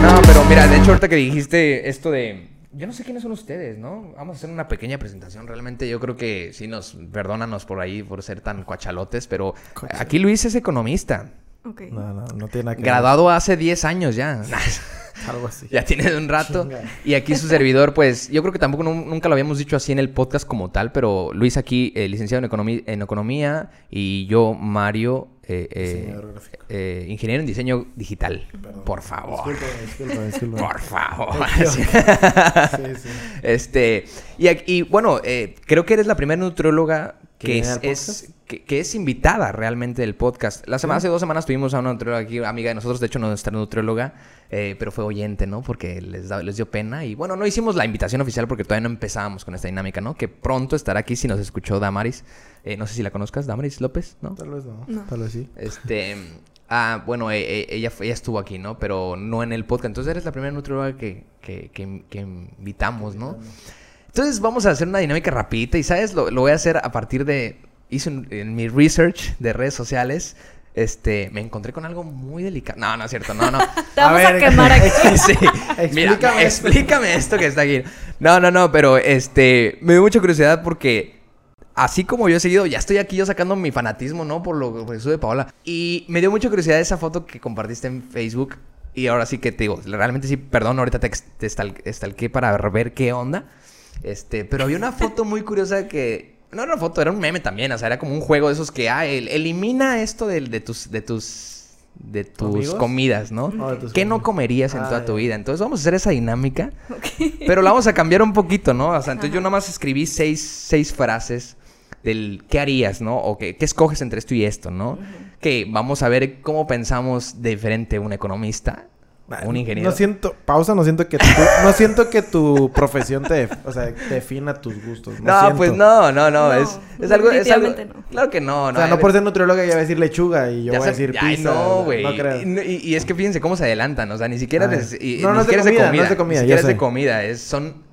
No, mira, de hecho, ahorita que dijiste esto de. Yo no sé quiénes son ustedes, ¿no? Vamos a hacer una pequeña presentación. Realmente yo creo que sí nos perdónanos por ahí por ser tan cuachalotes, pero aquí Luis es economista. Ok. No, no, no tiene nada que ver. Graduado hace 10 años ya. Algo así. ya tiene un rato. Chinga. Y aquí su servidor, pues yo creo que tampoco nu- nunca lo habíamos dicho así en el podcast como tal, pero Luis aquí, eh, licenciado en, economi- en economía, y yo, Mario, eh, eh, Diseñador gráfico. eh, ingeniero en diseño digital. Por favor. Disculpa, disculpa, disculpa. Por favor. Sí. Sí, sí. Este, y, ac- y, bueno, eh, creo que eres la primera nutrióloga que ¿Que es, viene al es- que, que es invitada realmente del podcast. La semana, hace dos semanas tuvimos a una nutrióloga aquí, amiga de nosotros, de hecho nuestra nutrióloga, eh, pero fue oyente, ¿no? Porque les, da- les dio pena y bueno, no hicimos la invitación oficial porque todavía no empezábamos con esta dinámica, ¿no? Que pronto estará aquí si nos escuchó Damaris. Eh, no sé si la conozcas, Damaris López, ¿no? Tal vez no. No. Tal vez sí. Este. Ah, bueno, eh, eh, ella, fue- ella estuvo aquí, ¿no? Pero no en el podcast. Entonces eres la primera nutrióloga que, que, que- que invitamos, ¿no? Entonces vamos a hacer una dinámica rapidita y, ¿sabes? Lo, lo voy a hacer a partir de... Hice un- en mi research de redes sociales. Este, me encontré con algo muy delicado. No, no es cierto, no, no. Te vamos a, ver, quemar aquí. Sí. Mira, Explícame. explícame esto que está aquí. No, no, no, pero este, me dio mucha curiosidad porque así como yo he seguido, ya estoy aquí yo sacando mi fanatismo, ¿no? Por lo que sube Paola. Y me dio mucha curiosidad esa foto que compartiste en Facebook. Y ahora sí que te digo, realmente sí, perdón, ahorita te, ex- te estal- estalqué para ver qué onda. Este, pero había una foto muy curiosa que. No era una foto, era un meme también. O sea, era como un juego de esos que, ah, el- elimina esto de, de tus. de tus. de tus ¿Amigos? comidas, ¿no? Ah, de tus ¿Qué no comidas. comerías en Ah, toda tu ya. vida? Entonces vamos a hacer esa dinámica. Pero la vamos a cambiar un poquito, ¿no? O sea, entonces yo Ajá. nada más escribí seis, seis frases del qué harías, ¿no? O que- qué escoges entre esto y esto, ¿no? Que vamos a ver cómo pensamos de diferente un economista, un ingeniero. Ah, No siento, pausa, no siento que tu, no siento que tu profesión te, def- o sea, te defina tus gustos. No, No, siento. pues no, no, no, No, es, es algo, es algo- definitivamente no. claro que no, O sea, no por ser nutrióloga ya voy a decir lechuga y yo ya voy a se- decir pizza. Ay, no, o sea, güey. No creo. y, y- y es que fíjense cómo se adelantan, o sea, ni siquiera, Ah. es- y- No, ni no es de siquiera comida, no es de comida, ni siquiera yo es de sé. comida, es, son,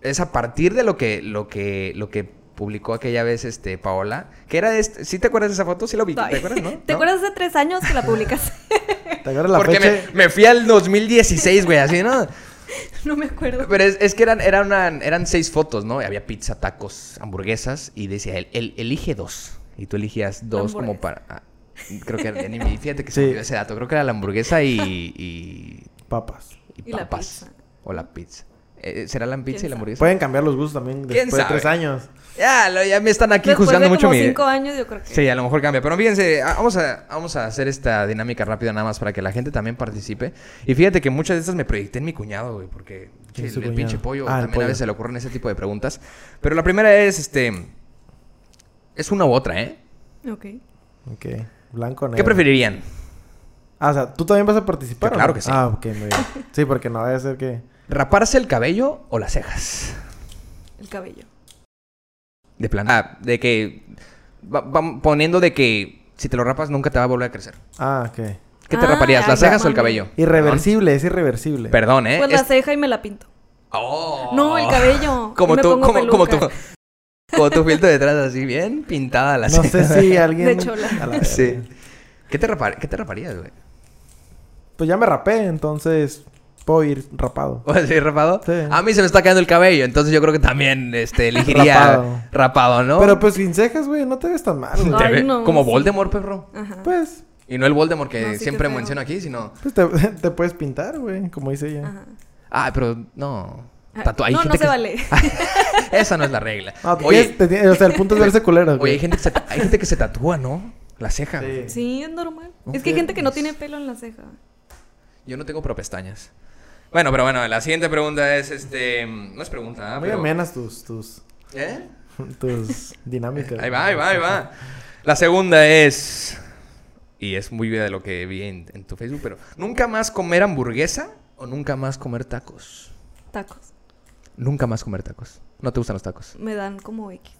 es a partir de lo que, lo que, lo que publicó aquella vez, este, Paola, que era, este, ¿sí te acuerdas de esa foto? Sí la vi, ¿te Ay. acuerdas, no? ¿No? ¿Te acuerdas hace tres años que la publicas? ¿Te acuerdas la Porque fecha? me, me fui al 2016, güey, así, ¿no? no me acuerdo. Pero es, es que eran, eran, una- eran seis fotos, ¿no? Había pizza, tacos, hamburguesas y decía él, él elige dos. Y tú elegías dos como Hamburguesa. para... ah, creo que era, ni me- fíjate que se Sí. me olvidó ese dato. Creo que era la hamburguesa y, y, Papas. y Y la papas. pizza. o la pizza. Eh, ¿Será la pizza y ¿Quién la hamburguesa? Pueden cambiar los gustos también ¿Quién después de sabe? tres años. ya, lo- ya me están aquí Después juzgando de mucho como mi... cinco años yo creo que... Sí, a lo mejor cambia. Pero fíjense, a- vamos a, vamos a hacer esta dinámica rápida nada más para que la gente también participe. Y fíjate que muchas de estas me proyecté en mi cuñado, güey, porque ¿Quién el, es tu el cuñado? pinche pollo Ah, el también a pollo. veces se le ocurren ese tipo de preguntas. Pero la primera es, este, es una u otra, ¿eh? Ok. Ok. Blanco, negro. ¿Qué preferirían? Ah, o sea, ¿tú también vas a participar? Yo o claro no? que sí. Ah, ok, muy bien. Sí, porque no vaya a ser que... ¿Raparse el cabello o las cejas? El cabello. De plan, ah, de que, va- va- poniendo de que si te lo rapas nunca te va a volver a crecer. Ah, ok. ¿Qué te Ah, raparías, ay, las no cejas o el mames. cabello? Irreversible, es irreversible. Perdón, ¿eh? Pues la Es- ceja y me la pinto. Oh. No, el cabello. Como Me tú, pongo como, como tú. peluca. Como tu filtro detrás, así bien pintada la No sé si De alguien... chola. A la- Sí. ¿Qué te, rapar- qué te raparías, güey? Pues ya me rapé, entonces puedo ir rapado. ¿O así rapado? Sí. A mí se me está cayendo el cabello, entonces yo creo que también este, elegiría rapado. Rapado. ¿no? Pero pues sin cejas, güey, no te ves tan mal, güey. Te Ay, ve- no, como sí. Voldemort, perro. Ajá. Pues, Y no el Voldemort que No, sí, qué siempre feo. menciono aquí, sino. pues te, te puedes pintar, güey, como dice ella. Ajá. Ah, pero no. Ah, Tatu- hay no, no gente se vale. Esa no es la regla. Ah, te Oye, tienes- te tienes- o sea, el punto es verse culero, oye, güey. hay, gente que se, hay gente que se tatúa, ¿no? La ceja. Sí, es normal. No Es que hay gente que no pierdes. tiene pelo en la ceja. Yo no tengo pro pestañas. Bueno, pero bueno, la siguiente pregunta es, este, no es pregunta, ¿ah? Muy pero- amenas tus, tus, ¿Eh? tus dinámicas. Ahí va, ahí va, ahí va. La segunda es, y es muy bien de lo que vi en, en tu Facebook, pero ¿nunca más comer hamburguesa o nunca más comer tacos? Tacos. Nunca más comer tacos. No te gustan los tacos. Me dan como X.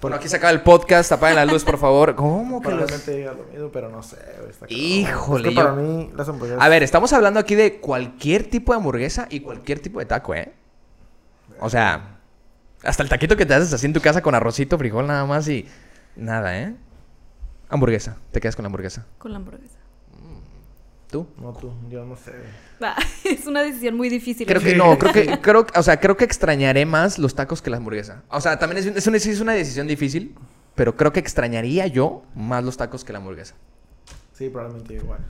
Bueno, aquí se acaba el podcast, apaguen la luz, por favor. ¿Cómo que los- Probablemente diga lo mismo, pero no sé, güey. está cabrón. Híjole, Es que para yo- mí las hamburguesas... A ver, estamos hablando aquí de cualquier tipo de hamburguesa y cualquier tipo de taco, ¿eh? O sea, hasta el taquito que te haces así en tu casa con arrocito, frijol nada más y nada, ¿eh? Hamburguesa, te quedas con la hamburguesa. Con la hamburguesa. ¿Tú? ¿Tú? No tú, yo no sé. güey. Va, Ah, es una decisión muy difícil. Creo que no, creo que, creo, o sea, creo que extrañaré más los tacos que la hamburguesa. O sea, también es, un- es una, sí es una decisión difícil, pero creo que extrañaría yo más los tacos que la hamburguesa. Sí, probablemente yo igual.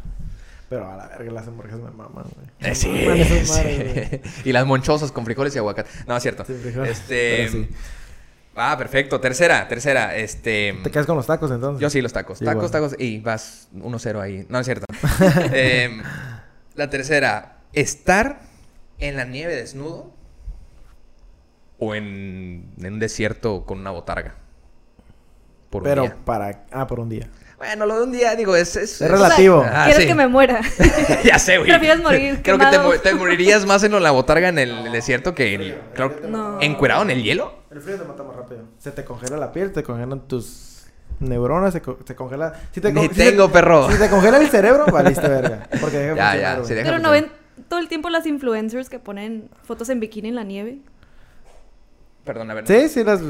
Pero a la verga las hamburguesas me maman, güey. Eh, sí, Me maman esas madres, güey. sí. Y las monchosas con frijoles y aguacate. No, es cierto. Sí, frijoles, Este. pero sí. Ah, perfecto. Tercera, tercera. Este. ¿Te quedas con los tacos entonces? Yo sí, los tacos. Igual. Tacos, tacos. Y vas 1-0 ahí. No, es cierto. Em, la tercera. ¿Estar en la nieve desnudo? ¿O en, en un desierto con una botarga? Por Pero un día. para. Ah, por un día. Bueno, lo de un día, digo, es... Es, Es relativo. Ah, Quiero sí. que me muera. ya sé, güey. Prefieres morir Creo que te, quemado. mu- te morirías más en lo- la botarga en el desierto que en... Claro, No. ¿Encuerado en el hielo? El frío te mata más rápido. Se te congela la piel, te congelan tus neuronas, se, co- se congela. Si te Ni con- si te- tengo, perro. Si te congela el cerebro, valiste verga. Porque deja de Ya, funcionar, ya, güey. sí, deja Pero no funcionar. ven todo el tiempo las influencers que ponen fotos en bikini en la nieve. Perdón, a ver. Sí, sí, las.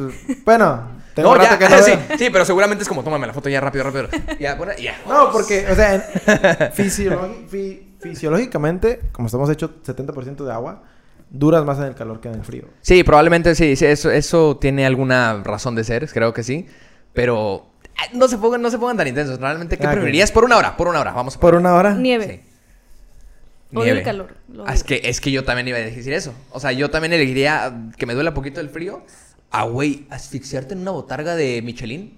Bueno, tengo no, rato ya, que no sí, veo. sí, pero seguramente es como, tómame la foto ya rápido, rápido. Ya, bueno, ya. No, porque, o sea, en- fisiologi- fi- fisiológicamente, como estamos hechos 70% de agua, duras más en el calor que en el frío. Sí, probablemente sí. sí, eso, eso tiene alguna razón de ser, creo que sí. Pero eh, no se pongan, no se pongan tan intensos. Realmente, ¿qué Ah, ok. preferirías? Por una hora, por una hora. Vamos a Por una hora. Nieve. Sí. Odio Nieve. el calor, lo Ah, es, odio. que, es que yo también iba a decir eso. O sea, yo también elegiría ah, que me duela poquito el frío. Ah, güey, asfixiarte en una botarga de Michelin.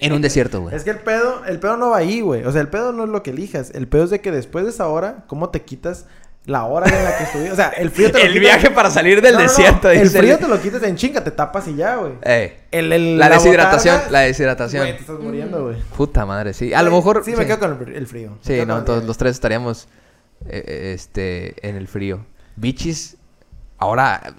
En un desierto, güey. Es que el pedo, el pedo no va ahí, güey. O sea, el pedo no es lo que elijas. El pedo es de que después de esa hora, ¿cómo te quitas la hora en la que estuviste? O sea, el frío te lo El quitas- viaje para salir del No, no, no. desierto. El dice frío te lo quitas en chinga, te tapas y ya, güey. Eh, El, el- la, deshidratación, botarga- la deshidratación. Güey, te estás muriendo, güey. Puta madre, sí. A lo mejor. Sí, me quedo con el, el frío. Me Sí, quedo no, con el entonces frío. los tres estaríamos eh, eh, este, en el frío. Bichis, ahora,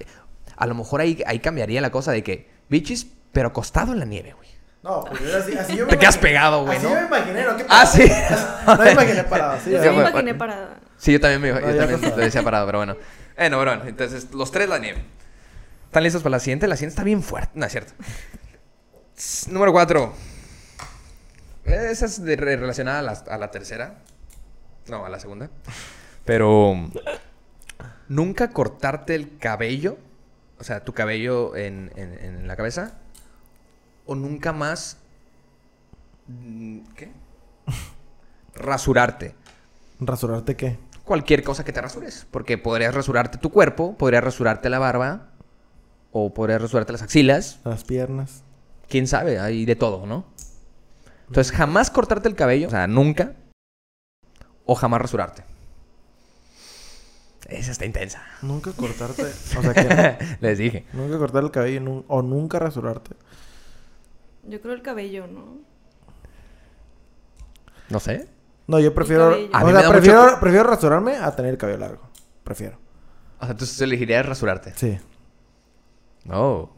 a lo mejor ahí, ahí cambiaría la cosa de que bichis, pero acostado en la nieve, güey. No, pues yo así, así yo me Te quedas imagino- pegado, güey, Así ¿no? yo me imaginé, ¿no? ¿Qué Ah, pedo? sí. No me imaginé parado, sí. Yo Ya, sí güey, me güey. imaginé bueno. para... Sí, yo también me yo No, ya también acostado. lo decía parado, pero bueno. Bueno, bueno, entonces los tres la nieve. ¿Están listos para la siguiente? La siguiente está bien fuerte. No, es cierto. S- Número cuatro. Eh, Esa es de- re- relacionada a la, a la tercera. No, a la segunda. Pero... Nunca cortarte el cabello. O sea, tu cabello en, en- en la cabeza. O nunca más... mm, ¿Qué? Rasurarte ¿Rasurarte qué? cualquier cosa que te rasures. Porque podrías rasurarte tu cuerpo, podrías rasurarte la barba, o podrías rasurarte las axilas. Las piernas. Quién sabe, hay de todo, ¿no? Entonces, jamás cortarte el cabello, o sea, nunca. O jamás rasurarte. Esa está intensa. Nunca cortarte. O sea, que Les dije. no- nunca cortar el cabello nun- o nunca rasurarte. Yo creo el cabello, ¿no? No sé. No, yo prefiero. cabello. A O mí me sea, da prefiero, mucho- prefiero rasurarme a tener el cabello largo. Prefiero. O sea, tú elegirías rasurarte. Sí, No.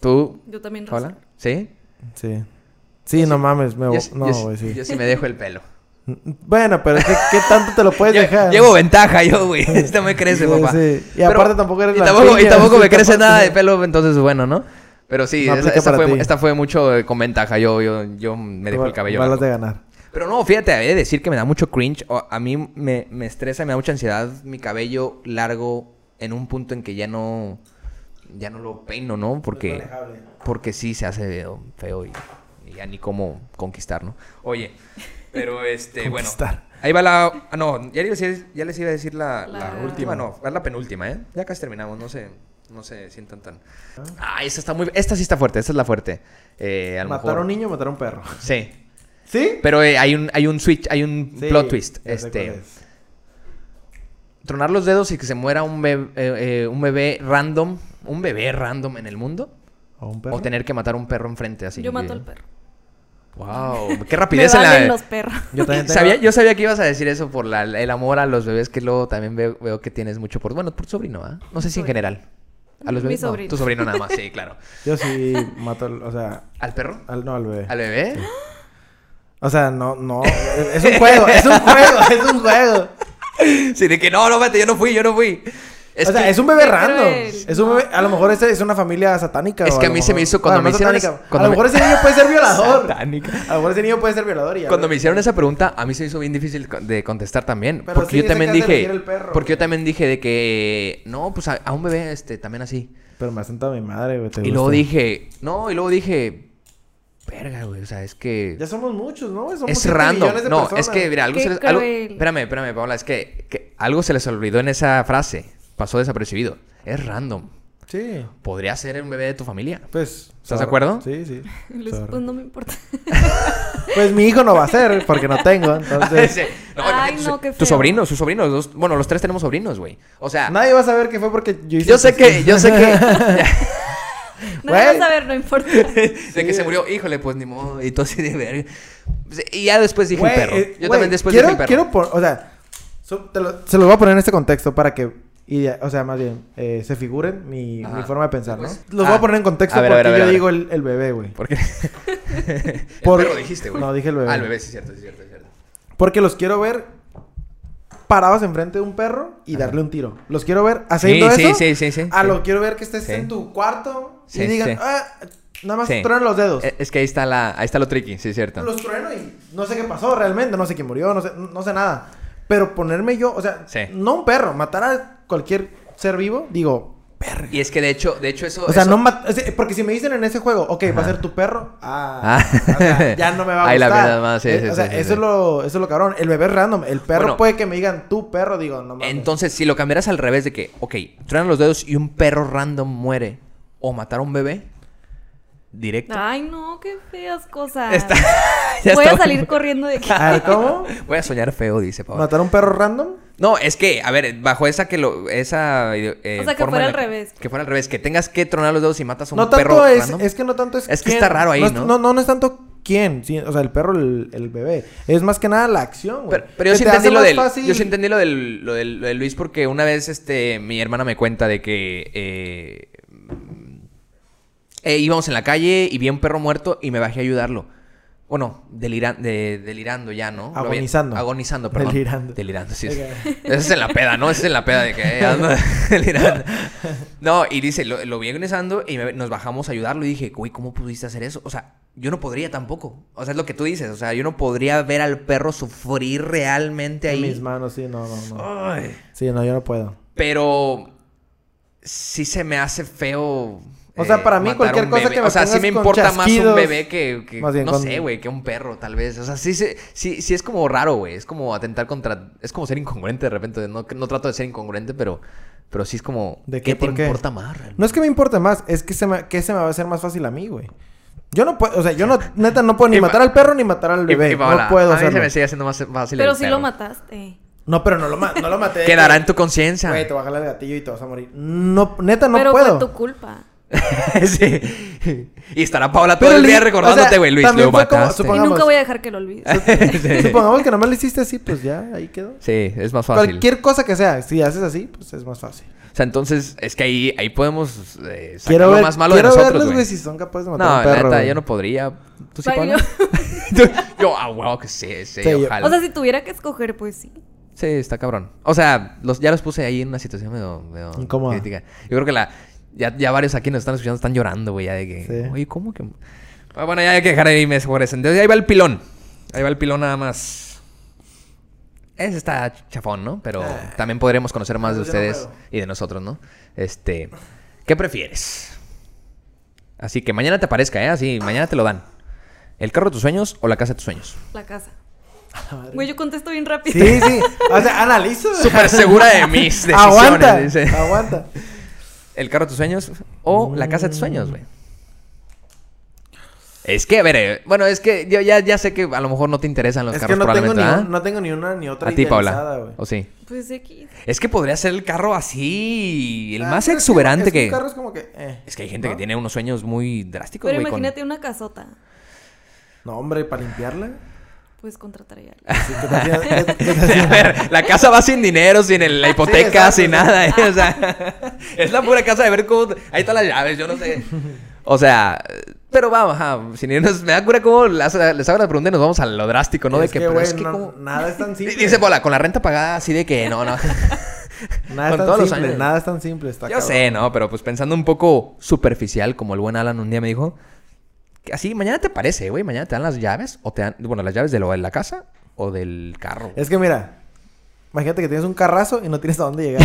¿Tú? Yo también Paola? rasuro. ¿Sí? sí. Sí, no mames, me Yo vo- sí- No, yo sí- güey, sí. Yo sí me dejo el pelo. Bueno, pero es que, ¿qué tanto te lo puedes Lle- dejar? Llevo ventaja yo, güey. Esto me crece, Sí, papá. sí. Y Pero- aparte tampoco eres y la tampoco, y piña, tampoco sí, me crece tampoco- nada de pelo, entonces bueno, ¿no? Pero sí, No esa- aplica esta, para fue, ti. esta fue mucho eh, con ventaja. Yo, yo, yo me dejo el cabello. Balas largo. de ganar. Pero no, fíjate, he de decir que me da mucho cringe. o- a mí me, me estresa, me da mucha ansiedad mi cabello largo en un punto en que ya no, ya no lo peino, ¿no? Porque, porque sí se hace feo y, y ya ni cómo conquistar, ¿no? Oye, pero este, bueno. Conquistar. Ahí va la. Ah, no, ya, les iba a decir- ya les iba a decir la, la La- última, no, es la penúltima, ¿eh? Ya casi terminamos, no se, no se sientan tan. Ah, esta está muy. Esta sí está fuerte, esta es la fuerte. Eh, a lo Matar a mejor- un niño, matar a un perro. Sí. ¿Sí? Pero eh, hay un hay un switch, hay un Sí, plot twist. ya sé cuál Este, es. tronar los dedos y que se muera un bebé, eh, eh, un bebé random, un bebé random en el mundo. ¿O un perro? O tener que matar a un perro enfrente así. Yo mato eh. al perro. Wow, qué Me rapidez en la. valen los perros. Yo también tengo- Sabía, yo sabía que ibas a decir eso por la- el amor a los bebés, que luego también veo, veo que tienes mucho por... Bueno, por tu sobrino, ¿ah? No sé si en Sobrino. general. A los Mi bebés, no, sobrino. tu sobrino nada más, sí, claro. Yo sí mato, al- o sea, ¿Al perro? al, no al bebé. ¿Al bebé? O sea, no, no. Es un juego, es un juego, es un juego. Sí, de que no, no, vete, yo no fui, yo no fui. Es o sea, que- es un bebé Qué random. cruel. Es un No. bebé- A lo mejor esa es una familia satánica. Es o que a lo mí se me mejor- hizo- cuando Bueno, me no hicieron satánica, es- cuando a lo me- mejor ese niño puede ser violador. Satánica. A lo mejor ese niño puede ser violador. Y ya Cuando ves. me hicieron esa pregunta, a mí se me hizo bien difícil co- de contestar también. Pero porque sí, yo ese también que hace dije. elegir el perro, porque yo güey. también dije de que. No, pues a, a un bebé, este, también así. Pero me ha sentado mi madre, güey. te Y luego gusta. dije. No, y luego dije. Verga, güey. O sea, es que. Ya somos muchos, ¿no? Somos Es siete random. millones de No, personas. es que, mira, algo Qué se les. algo- cruel. espérame, espérame, Paola. Es que, que algo se les olvidó en esa frase. Pasó desapercibido. Es random. Sí. Podría ser un bebé de tu familia. Pues. ¿Estás de acuerdo? Sí, sí. Luis, Sorry. pues no me importa. Pues mi hijo no va a ser, porque no tengo. Entonces. Ese- Ay, imagínate, no, su- qué Tu feo. sobrino, sus sobrinos. dos- bueno, los tres tenemos sobrinos, güey. O sea. Nadie va a saber que fue porque yo hice. Ah. Yo sé esto. que, yo sé que, No vas a Güey. saber, no importa. de que se murió, híjole, pues ni modo, y todo así de verga. Pues, Y ya después dije Güey, el perro. eh, Yo güey, también después quiero, dije el perro. Quiero por- o sea, so- te lo- se los voy a poner en este contexto para que, idea- o sea, más bien, eh, se figuren mi, Ajá. mi forma de pensar, ¿no? Pues- los Ah. voy a poner en contexto A ver, a ver, porque a ver, yo a ver. digo el, el bebé, güey. Porque el Por- perro dijiste, güey. No, dije el bebé. Ah, el bebé, sí, cierto, sí, cierto, sí, cierto. Porque los quiero ver parados enfrente de un perro y Ajá. darle un tiro. Los quiero ver haciendo sí, eso. sí, sí, sí, A sí. lo quiero ver que estés Sí. en tu cuarto Sí, y digan, sí. "Ah", nada más Sí. truenan los dedos. Eh, Es que ahí está la, ahí está lo tricky, sí, cierto. Los trueno y no sé qué pasó realmente, no sé quién murió, no sé, no sé nada. Pero ponerme yo, o sea, Sí. no un perro, matar a cualquier ser vivo, digo, Y es que de hecho, de hecho eso. o sea, eso- no mat- o sea, porque si me dicen en ese juego, ok, va a ser tu perro, ah, Ah. o sea, ya no me va a Ahí la gustar. mierda más, sí, Eh, sí, o sea, sí, sí, eso sí. es lo, eso es lo cabrón. El bebé es random, el perro Bueno. puede que me digan tu perro, digo, no mames. Entonces, si lo cambiaras al revés de que, ok, truenan los dedos y un perro random muere, o matar a un bebé, directo. Ay, no, qué feas cosas. Está- ya Ah, Voy a está- Ah, salir corriendo de aquí. a ver, ¿cómo? Voy a soñar feo, dice Pablo. ¿Matar a un perro random? No, es que, a ver, bajo esa que lo. Esa. eh, O sea, que forma fuera en la al revés. Que fuera al revés. Que tengas que tronar los dedos y matas a un No perro. tanto es, random. es que no tanto es Es que está raro ahí, es- ¿no? No, no, no es tanto quién, sí, o sea, el perro, el, el bebé. Es más que nada la acción, güey. Pero, pero yo, Se sí te hace entendí lo más del, fácil- yo sí entendí lo del, lo del- lo de Luis porque una vez este, mi hermana me cuenta de que eh, eh, íbamos en la calle y vi a un perro muerto y me bajé a ayudarlo. Bueno, deliran- de- delirando ya, ¿no? Lo había- Agonizando. agonizando, perdón. Delirando. Delirando, sí. Ok. Eso es en la peda, ¿no? Eso es en la peda de que eh, ando delirando. No, y dice, lo, lo vi agonizando y me- nos bajamos a ayudarlo y dije, güey, ¿cómo pudiste hacer eso? O sea, yo no podría tampoco. O sea, es lo que tú dices. O sea, yo no podría ver al perro sufrir realmente ahí. Oh. En mis manos, sí, no, no, no. Ay. Sí, no, yo no puedo. Pero sí se me hace feo. eh, O sea, para mí matar a cualquier un cosa bebé. que me O sea, sí pongas me con importa más un chasquidos, bebé que. que- más bien no con- sé, güey, que un perro, tal vez. O sea, sí, se- sí, sí es como raro, güey. Es como atentar contra. Es como ser incongruente de repente. No, no trato de ser incongruente, pero. Pero sí es como. ¿De qué? qué? te ¿Por qué? importa más? realmente? No es que me importe más, es que se me, que se me va a hacer más fácil a mí, güey. Yo no puedo, o sea, yo no, neta, no puedo Y ni pa- matar al perro ni matar al Y- y bebé. Paola, no puedo A mí se hacerlo. me sigue haciendo más fácil. el Pero sí perro. lo mataste. eh, No, pero no lo, ma- no lo maté. Quedará en tu conciencia. Güey, te voy a jalar el gatillo y te vas a morir. No, neta, no Pero puedo. fue tu culpa. Sí. Y estará Paola todo Pero el día Luis- o recordándote, sea, güey, Luis. también Lo fue como- mataste. supongo- Y Pongamos- nunca voy a dejar que lo olvides. Supongamos que nomás lo hiciste así, pues ya, ahí quedó. Sí, es más fácil. Cualquier cosa que sea, si haces así, pues es más fácil. O sea, entonces, es que ahí, ahí podemos eh, sacar Quiero lo ver, más malo de quiero nosotros, verlos, güey. güey, si son capaces de No, matar a un perro. neta, güey. yo no podría. ¿Tú sí, Ay, Pablo? yo- yo, ah, wow, que sí, sí, Sí, yo- ojalá. O sea, si tuviera que escoger, pues sí. Sí, está cabrón. O sea, los, ya los puse ahí en una situación medio, medio Incómoda. crítica. Yo creo que la, ya, ya varios aquí nos están escuchando, están llorando, güey, ya de que... Sí. Oye, ¿cómo que...? Ah, Bueno, ya hay que dejar ahí me Juárez. Entonces, ahí va el pilón. Ahí va el pilón nada más. Ese está chafón, ¿no? Pero Ah. también podremos conocer más de Yo no ustedes puedo. y de nosotros, ¿no? Este... ¿Qué prefieres? Así que mañana te aparezca, ¿eh? Así, mañana te lo dan. ¿El carro de tus sueños o la casa de tus sueños? La casa. Güey, yo contesto bien rápido. Sí, sí. O sea, analizo. Súper segura de mis decisiones, Aguanta, dice. aguanta. ¿El carro de tus sueños o la casa de tus sueños, güey? Es que, a ver, eh, bueno, es que yo ya, ya sé que a lo mejor no te interesan los es que carros no tengo, probablemente, ni ¿verdad? un- no tengo ni una ni otra a ti, idealizada, Paula. güey. ¿O sí? Pues X. Es que podría ser el carro así, el Ah, más pero es exuberante es que... un carro es como que... eh, Es que hay gente que ¿no? tiene unos sueños muy drásticos, Pero güey. con- imagínate una casota. No, hombre, para limpiarla. Pues contrataría a Sí, ¿qué tal si- qué- qué tal si- A ver, la casa va sin dinero, sin el- la hipoteca, exacto, sin sí. nada. ¿eh? O sea, es la pura casa de ver cómo. Ahí están las llaves, yo no sé. O sea, pero vamos, ajá, sin irnos. Me da cura cómo las- les hago la pregunta y nos vamos a lo drástico, ¿no? Es de que, pero güey, es que no- pues. como- nada es tan Di- simple. Dice Bola, con la renta pagada así de que no, no. Nada Con es tan todos los simple, años. nada es tan simple. Está Yo cabrón. sé, ¿no? Pero pues pensando un poco superficial, como el buen Alan un día me dijo, que así, mañana te parece, güey, mañana te dan las llaves, o te dan, bueno, las llaves de, lo, de la casa o del carro. güey. Es que mira, imagínate que tienes un carrazo y no tienes a dónde llegar.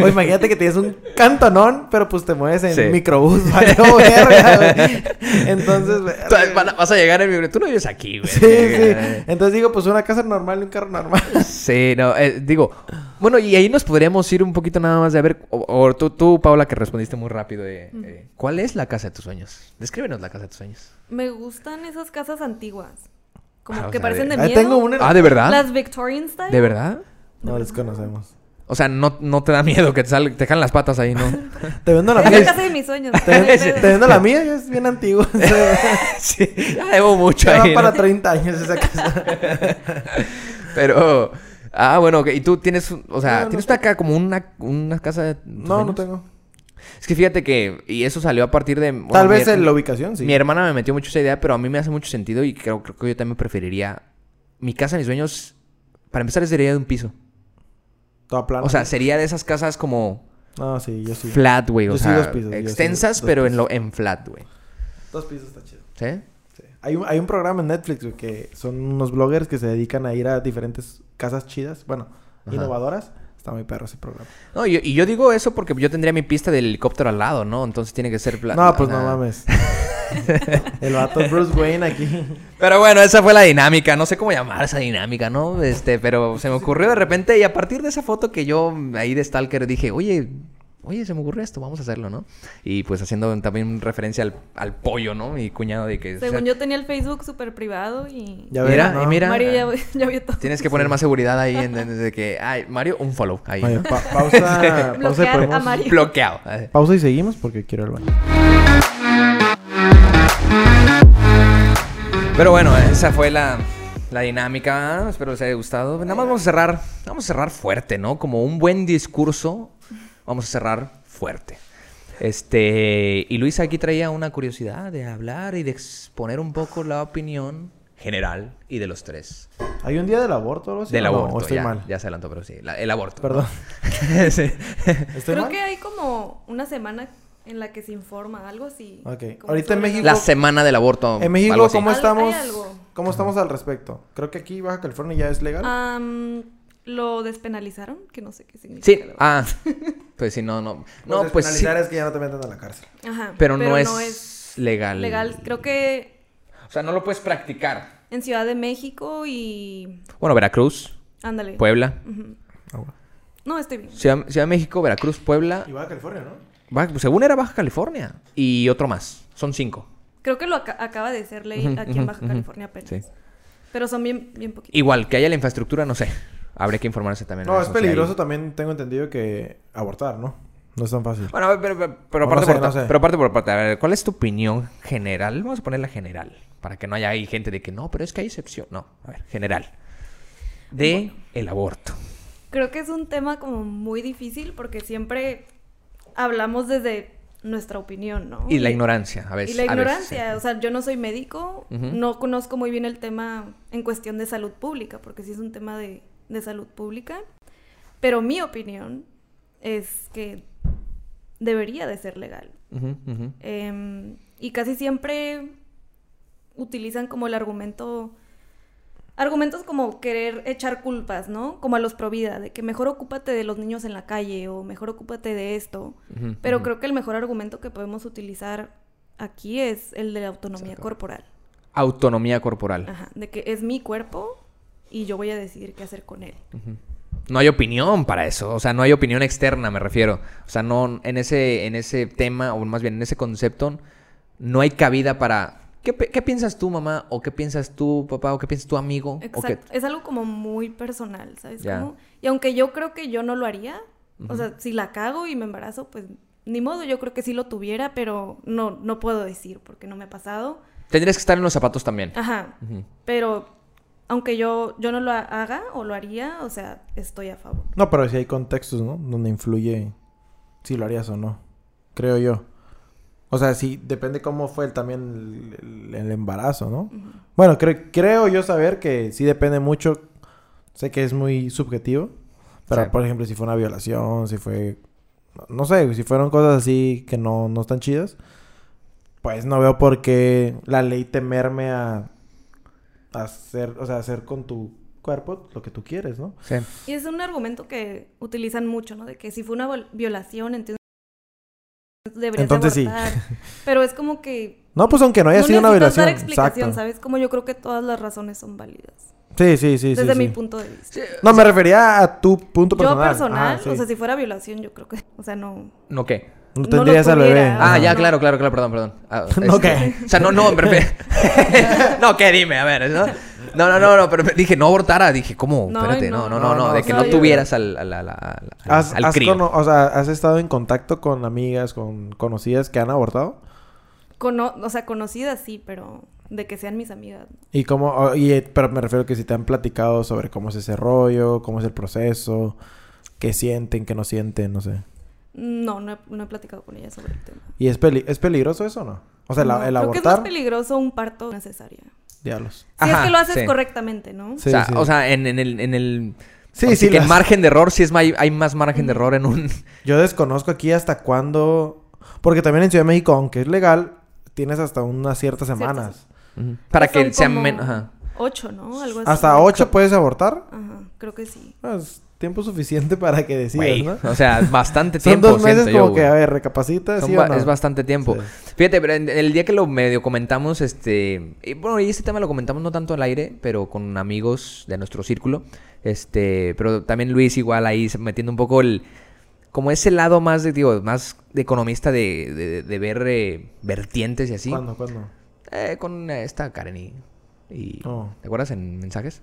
o imagínate que tienes un cantonón, pero pues te mueves en Sí. microbús, valió verga, güey. Entonces, O verga. sea, van a- vas a llegar en mi... Tú no vives aquí, güey. Sí, sí. Entonces digo, pues una casa normal y un carro normal. Sí, no, eh, digo, bueno, y ahí nos podríamos ir un poquito nada más de a ver, o, o tú, tú, Paula, que respondiste muy rápido, eh, eh, ¿cuál es la casa de tus sueños? Descríbenos la casa de tus sueños. Me gustan esas casas antiguas. Como Ah, o que sea, parecen de- de Ah, miedo. tengo una- Ah, ¿de verdad? Las Victorian style. ¿De verdad? No les conocemos. O sea, no, no te da miedo que te, sal- te dejan las patas ahí, ¿no? Te vendo la Es la mía. casa de mis sueños. Te, te vendo la mía, ya es bien antigua. sí, ya debo mucho Ya va ahí, ¿no? para 30 años esa casa. Pero, ah, bueno, ok, y tú tienes, un- o sea, No, no ¿tienes una, ca- como una, una casa de tus No, no sueños? tengo. Es que fíjate que, y eso salió a partir de... bueno, Tal mi- vez en la ubicación, sí. Mi hermana me metió mucho esa idea, pero a mí me hace mucho sentido y creo, creo que yo también preferiría. Mi casa, mis sueños, para empezar, sería de un piso. Toda plana. O sea, sería de esas casas como No, sí, yo sí. flat, güey. O Yo sí, sea, dos pisos, yo sí, extensas, dos pero en, lo, en flat, güey. Dos pisos está chido. ¿Sí? Sí. Hay, un, hay un programa en Netflix, güey, que son unos bloggers que se dedican a ir a diferentes casas chidas, bueno, Ajá. innovadoras. Está muy perro ese programa. No, y, y yo digo eso porque yo tendría mi pista del helicóptero al lado, ¿no? Entonces tiene que ser flat. no, pues no nada. mames. El vato Bruce Wayne aquí. Pero bueno, esa fue la dinámica. No sé cómo llamar esa dinámica, ¿no? Este, pero se me ocurrió de repente y a partir de esa foto que yo ahí de Stalker dije, oye, oye, se me ocurrió esto, vamos a hacerlo, ¿no? Y pues haciendo también referencia al, al pollo, ¿no? Mi cuñado de que... o sea, Según yo tenía el Facebook súper privado y... Ya Mira, ves, y mira. Mario ya, ya vio todo. Tienes que poner más seguridad ahí en, en- de que, ay, Mario, un follow ahí. Oye, pa- pausa, pausa, y Bloquear a podemos- Mario. Bloqueado. Ay. pausa y seguimos porque quiero el baño. Pero bueno, esa fue la, la dinámica. Espero les haya gustado. Nada más vamos a cerrar. Vamos a cerrar fuerte, ¿no? Como un buen discurso, vamos a cerrar fuerte. Este. Y Luisa aquí traía una curiosidad de hablar y de exponer un poco la opinión general y de los tres. ¿Hay un día del aborto o algo así? del ¿O Oh, no? ¿O aborto. estoy ya, mal. ya se adelantó, pero sí. la- el aborto. Perdón. ¿no? Sí. ¿Estoy Creo mal? que hay como una semana en la que se informa, algo así. Ok. Como Ahorita en sobre México- La semana del aborto. En algo México, así. ¿cómo Al- hay estamos? algo. ¿Cómo estamos al respecto? Creo que aquí Baja California ya es la- legal. Am, lo despenalizaron, que no sé qué significa. Sí. la verdad. Ah. Pues sí, no, no. No, Los pues sí. despenalizar es que ya no te metan a la cárcel. Ajá, Pero, no, es, legal. legal. Creo que O sea, no lo puedes practicar. en Ciudad de México y... Bueno, Veracruz, Ándale. Puebla. No, estoy bien. Ciudad, Ciudad de México, Veracruz, Puebla. Y Baja California, ¿no? Baja- pues, según era Baja California. Y otro más. Son cinco. Creo que lo aca- acaba de ser ley Ujú, aquí en Baja ujú, California apenas. sí. Pero son bien, bien poquitos. Igual, que haya la infraestructura, no sé. Habría que informarse también. No, en es eso, si hay- peligroso también, tengo entendido que abortar, ¿no? No es tan fácil. Bueno, a ver, pero, pero, pero O no aparte sé, por no parte- sé. pero aparte por parte, a ver, ¿cuál es tu opinión general? Vamos a ponerla general, para que no haya ahí gente de que no, pero es que hay excepción. No, a ver, general. De el aborto. Creo que es un tema como muy difícil porque siempre hablamos desde nuestra opinión, ¿no? Y la ignorancia, a veces. Y la a veces, ignorancia, sí. o sea, yo no soy médico, Ujú. no conozco muy bien el tema en cuestión de salud pública, porque sí es un tema de, de salud pública, pero mi opinión es que debería de ser legal. Ujú, ujú. Em, y casi siempre utilizan como el argumento, argumentos como querer echar culpas, ¿no? Como a los pro vida, de que mejor ocúpate de los niños en la calle o mejor ocúpate de esto. Ujú, Pero ujú. creo que el mejor argumento que podemos utilizar aquí es el de la autonomía Exacto. corporal. Autonomía corporal. Ajá, de que es mi cuerpo y yo voy a decidir qué hacer con él. No hay opinión para eso, o sea, no hay opinión externa, me refiero. O sea, no en ese en ese tema o más bien en ese concepto no hay cabida para ¿qué, pi- qué piensas tú, mamá? o qué piensas tú, papá? o qué piensas tu amigo? ¿O qué- Exacto. Es algo como muy personal, ¿sabes? Ya. cómo? Y aunque yo creo que yo no lo haría, o sea, si la cago y me embarazo, pues ni modo, yo creo que sí lo tuviera, pero no, no puedo decir porque no me ha pasado. Tendrías que estar en los zapatos también. Ajá. Ujú. Pero aunque yo, yo no lo ha- haga o lo haría, o sea, estoy a favor. No, pero sí hay contextos, ¿no? Donde influye si lo harías o no. Creo yo. O sea, sí, depende cómo fue el- también el, el- el embarazo, ¿no? Bueno, creo, creo yo saber que sí depende mucho. Sé que es muy subjetivo. Pero, Sí. por ejemplo, si fue una violación, si fue... No sé, si fueron cosas así que no, no están chidas, pues no veo por qué la ley temerme a, a hacer, o sea, hacer con tu cuerpo lo que tú quieres, ¿no? Sí. Y es un argumento que utilizan mucho, ¿no? De que si fue una vol- violación, entonces deberías Entonces sí. abortar. Pero es como que No, pues aunque no haya no sido una necesitas violación. dar explicación, exacto. ¿sabes? Como yo creo que todas las razones son válidas. Sí, sí, sí. desde sí, mi sí. punto de vista. No, me refería a tu punto Yo personal. personal, Ajá, sí. o sea, si fuera violación, yo creo que, o sea, no. ¿No qué? No no tendrías lo al bebé. tuviera. Ah, Ajá. ya, no. claro, claro, claro, perdón, perdón. Ah, No, este, ¿qué? O sea, no, no, pero... no, ¿qué? Dime, a ver, ¿no? No, no, no, no, pero dije, no abortara. Dije, ¿cómo? No, Espérate, no. no, no, no, no, de que No, no yo- tuvieras al, al, al, al, ¿Has, al has crío. cono- o sea, ¿has estado en contacto con amigas, con conocidas que han abortado? Cono- o sea, conocidas sí, pero de que sean mis amigas. ¿no? Y cómo, o- y, eh, pero me refiero que si te han platicado sobre cómo es ese rollo, cómo es el proceso, qué sienten, qué no sienten, no sé. No, no he, no he platicado con ella sobre el tema. ¿Y es, peli- ¿es peligroso eso o no? O sea, la- No, el creo que es más abortar, peligroso un parto necesario. Si es diablos. Ajá, que lo haces sí. correctamente, ¿no? Sí, o sea, sí. o sea, en, en el... En el Sí, ahora sí, que el las- margen de error sí es may- hay más margen de error en un... Yo desconozco aquí hasta cuándo, porque también en Ciudad de México, aunque es legal, tienes hasta unas ciertas Ciertas. semanas. para Son que sea como menos... Ajá. Ocho, ¿no? Algo así. Hasta ocho puedes abortar. Ajá, creo que sí. Ah, Es tiempo suficiente para que decidas, Güey, ¿no? O sea, bastante Son tiempo. dos meses siento yo, como que, güey. a ver, recapacita, Son ¿sí ba- o no? Es bastante tiempo. Fíjate, pero en- el día que lo medio comentamos, este. y bueno, y este tema lo comentamos no tanto al aire, pero con amigos de nuestro círculo. Este. Pero también Luis, igual ahí se- metiendo un poco el. Como ese lado más de, digo, más de economista de, de- de ver eh, vertientes y así. ¿Cuándo, cuándo? Eh, con eh, esta Karen y. y- Oh. ¿Te acuerdas en mensajes?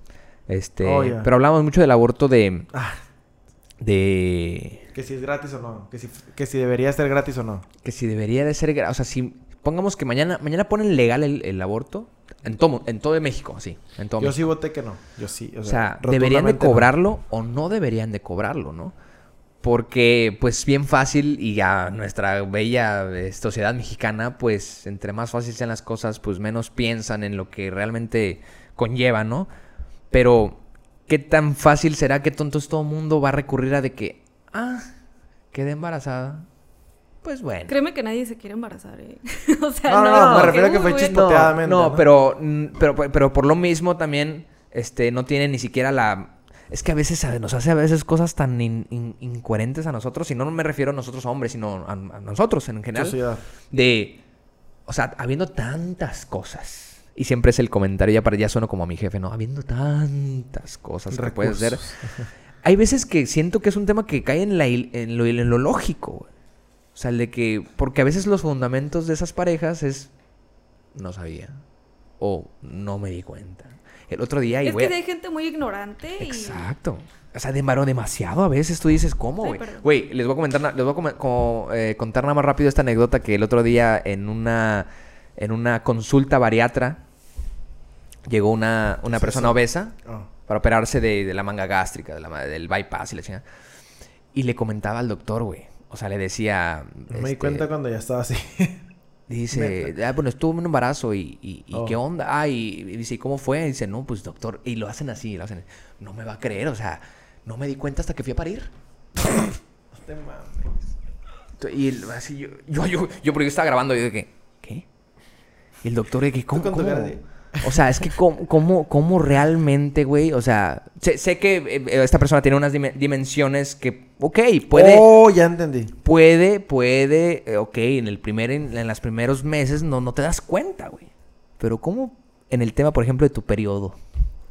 Este. Oh, ya. Pero hablamos mucho del aborto de. Ah. De. Que si es gratis o no. Que si, que si debería ser gratis o no. Que si debería de ser... gra- O sea, si... Pongamos que mañana... Mañana ponen legal el, el aborto. En todo, en todo México, sí. En todo Yo México. sí voté que no. Yo sí. o sea, deberían de rotundamente no. cobrarlo o no deberían de cobrarlo, ¿no? Porque, pues, bien fácil y a nuestra bella eh, sociedad mexicana, pues, entre más fácil sean las cosas, pues menos piensan en lo que realmente conlleva, ¿no? Pero, ¿qué tan fácil será que tontos todo mundo va a recurrir a de que, ah, quedé embarazada? Pues bueno. Créeme que nadie se quiere embarazar, ¿eh? o sea, No, no, no, no, me porque, refiero a que uy, fue güey, chispo- Despoteadamente, No, ¿no? no, Pero, mm, pero, pero por lo mismo también, este, no tiene ni siquiera la... Es que a veces ¿sabe? nos hace a veces cosas tan in- in- incoherentes a nosotros, y no me refiero a nosotros hombres, sino a, a nosotros en general. Sociedad. De, o sea, habiendo tantas cosas. Y siempre es el comentario, ya para ya sueno como a mi jefe, ¿no? Habiendo tantas cosas que puedes hacer. Recursos. Hay veces que siento que es un tema que cae en, la il- en lo, en lo lógico, güey. O sea, el de que... Porque a veces los fundamentos de esas parejas es... No sabía. O no me di cuenta. El otro día... Y Es güey, que sí hay gente muy ignorante y... Exacto. O sea, demoró demasiado a veces. Tú dices, ¿cómo, Ay, güey? perdón. Güey, les voy a comentar, na- les voy a come- como, eh, contar nada más rápido esta anécdota que el otro día en una, en una consulta bariatra llegó una, una es persona eso? obesa Ah. para operarse de, de la manga gástrica, de la, ma- del bypass y la chingada. Y le comentaba al doctor, güey. O sea, le decía... Me di este, cuenta cuando ya estaba así. Dice, ah, bueno, estuvo en un embarazo y, y- y Oh. qué onda. Ah, y, y dice, ¿y cómo fue? dice, no, pues doctor, y lo hacen así, lo hacen. No me va a creer, o sea, no me di cuenta hasta que fui a parir. Este mame. Y el- así yo, yo, yo, yo, porque yo estaba grabando, yo de que, ¿qué? Y el doctor de que, ¿cómo? con tu cómo? cara de- O sea, es que, ¿cómo, cómo, cómo realmente, güey? O sea, sé, sé que eh, esta persona tiene unas dime- dimensiones que, ok, puede. Oh, ya entendí. Puede, puede, eh, ok, en el primer, en, en los primeros meses no, no te das cuenta, güey. Pero ¿cómo en el tema, por ejemplo, de tu periodo?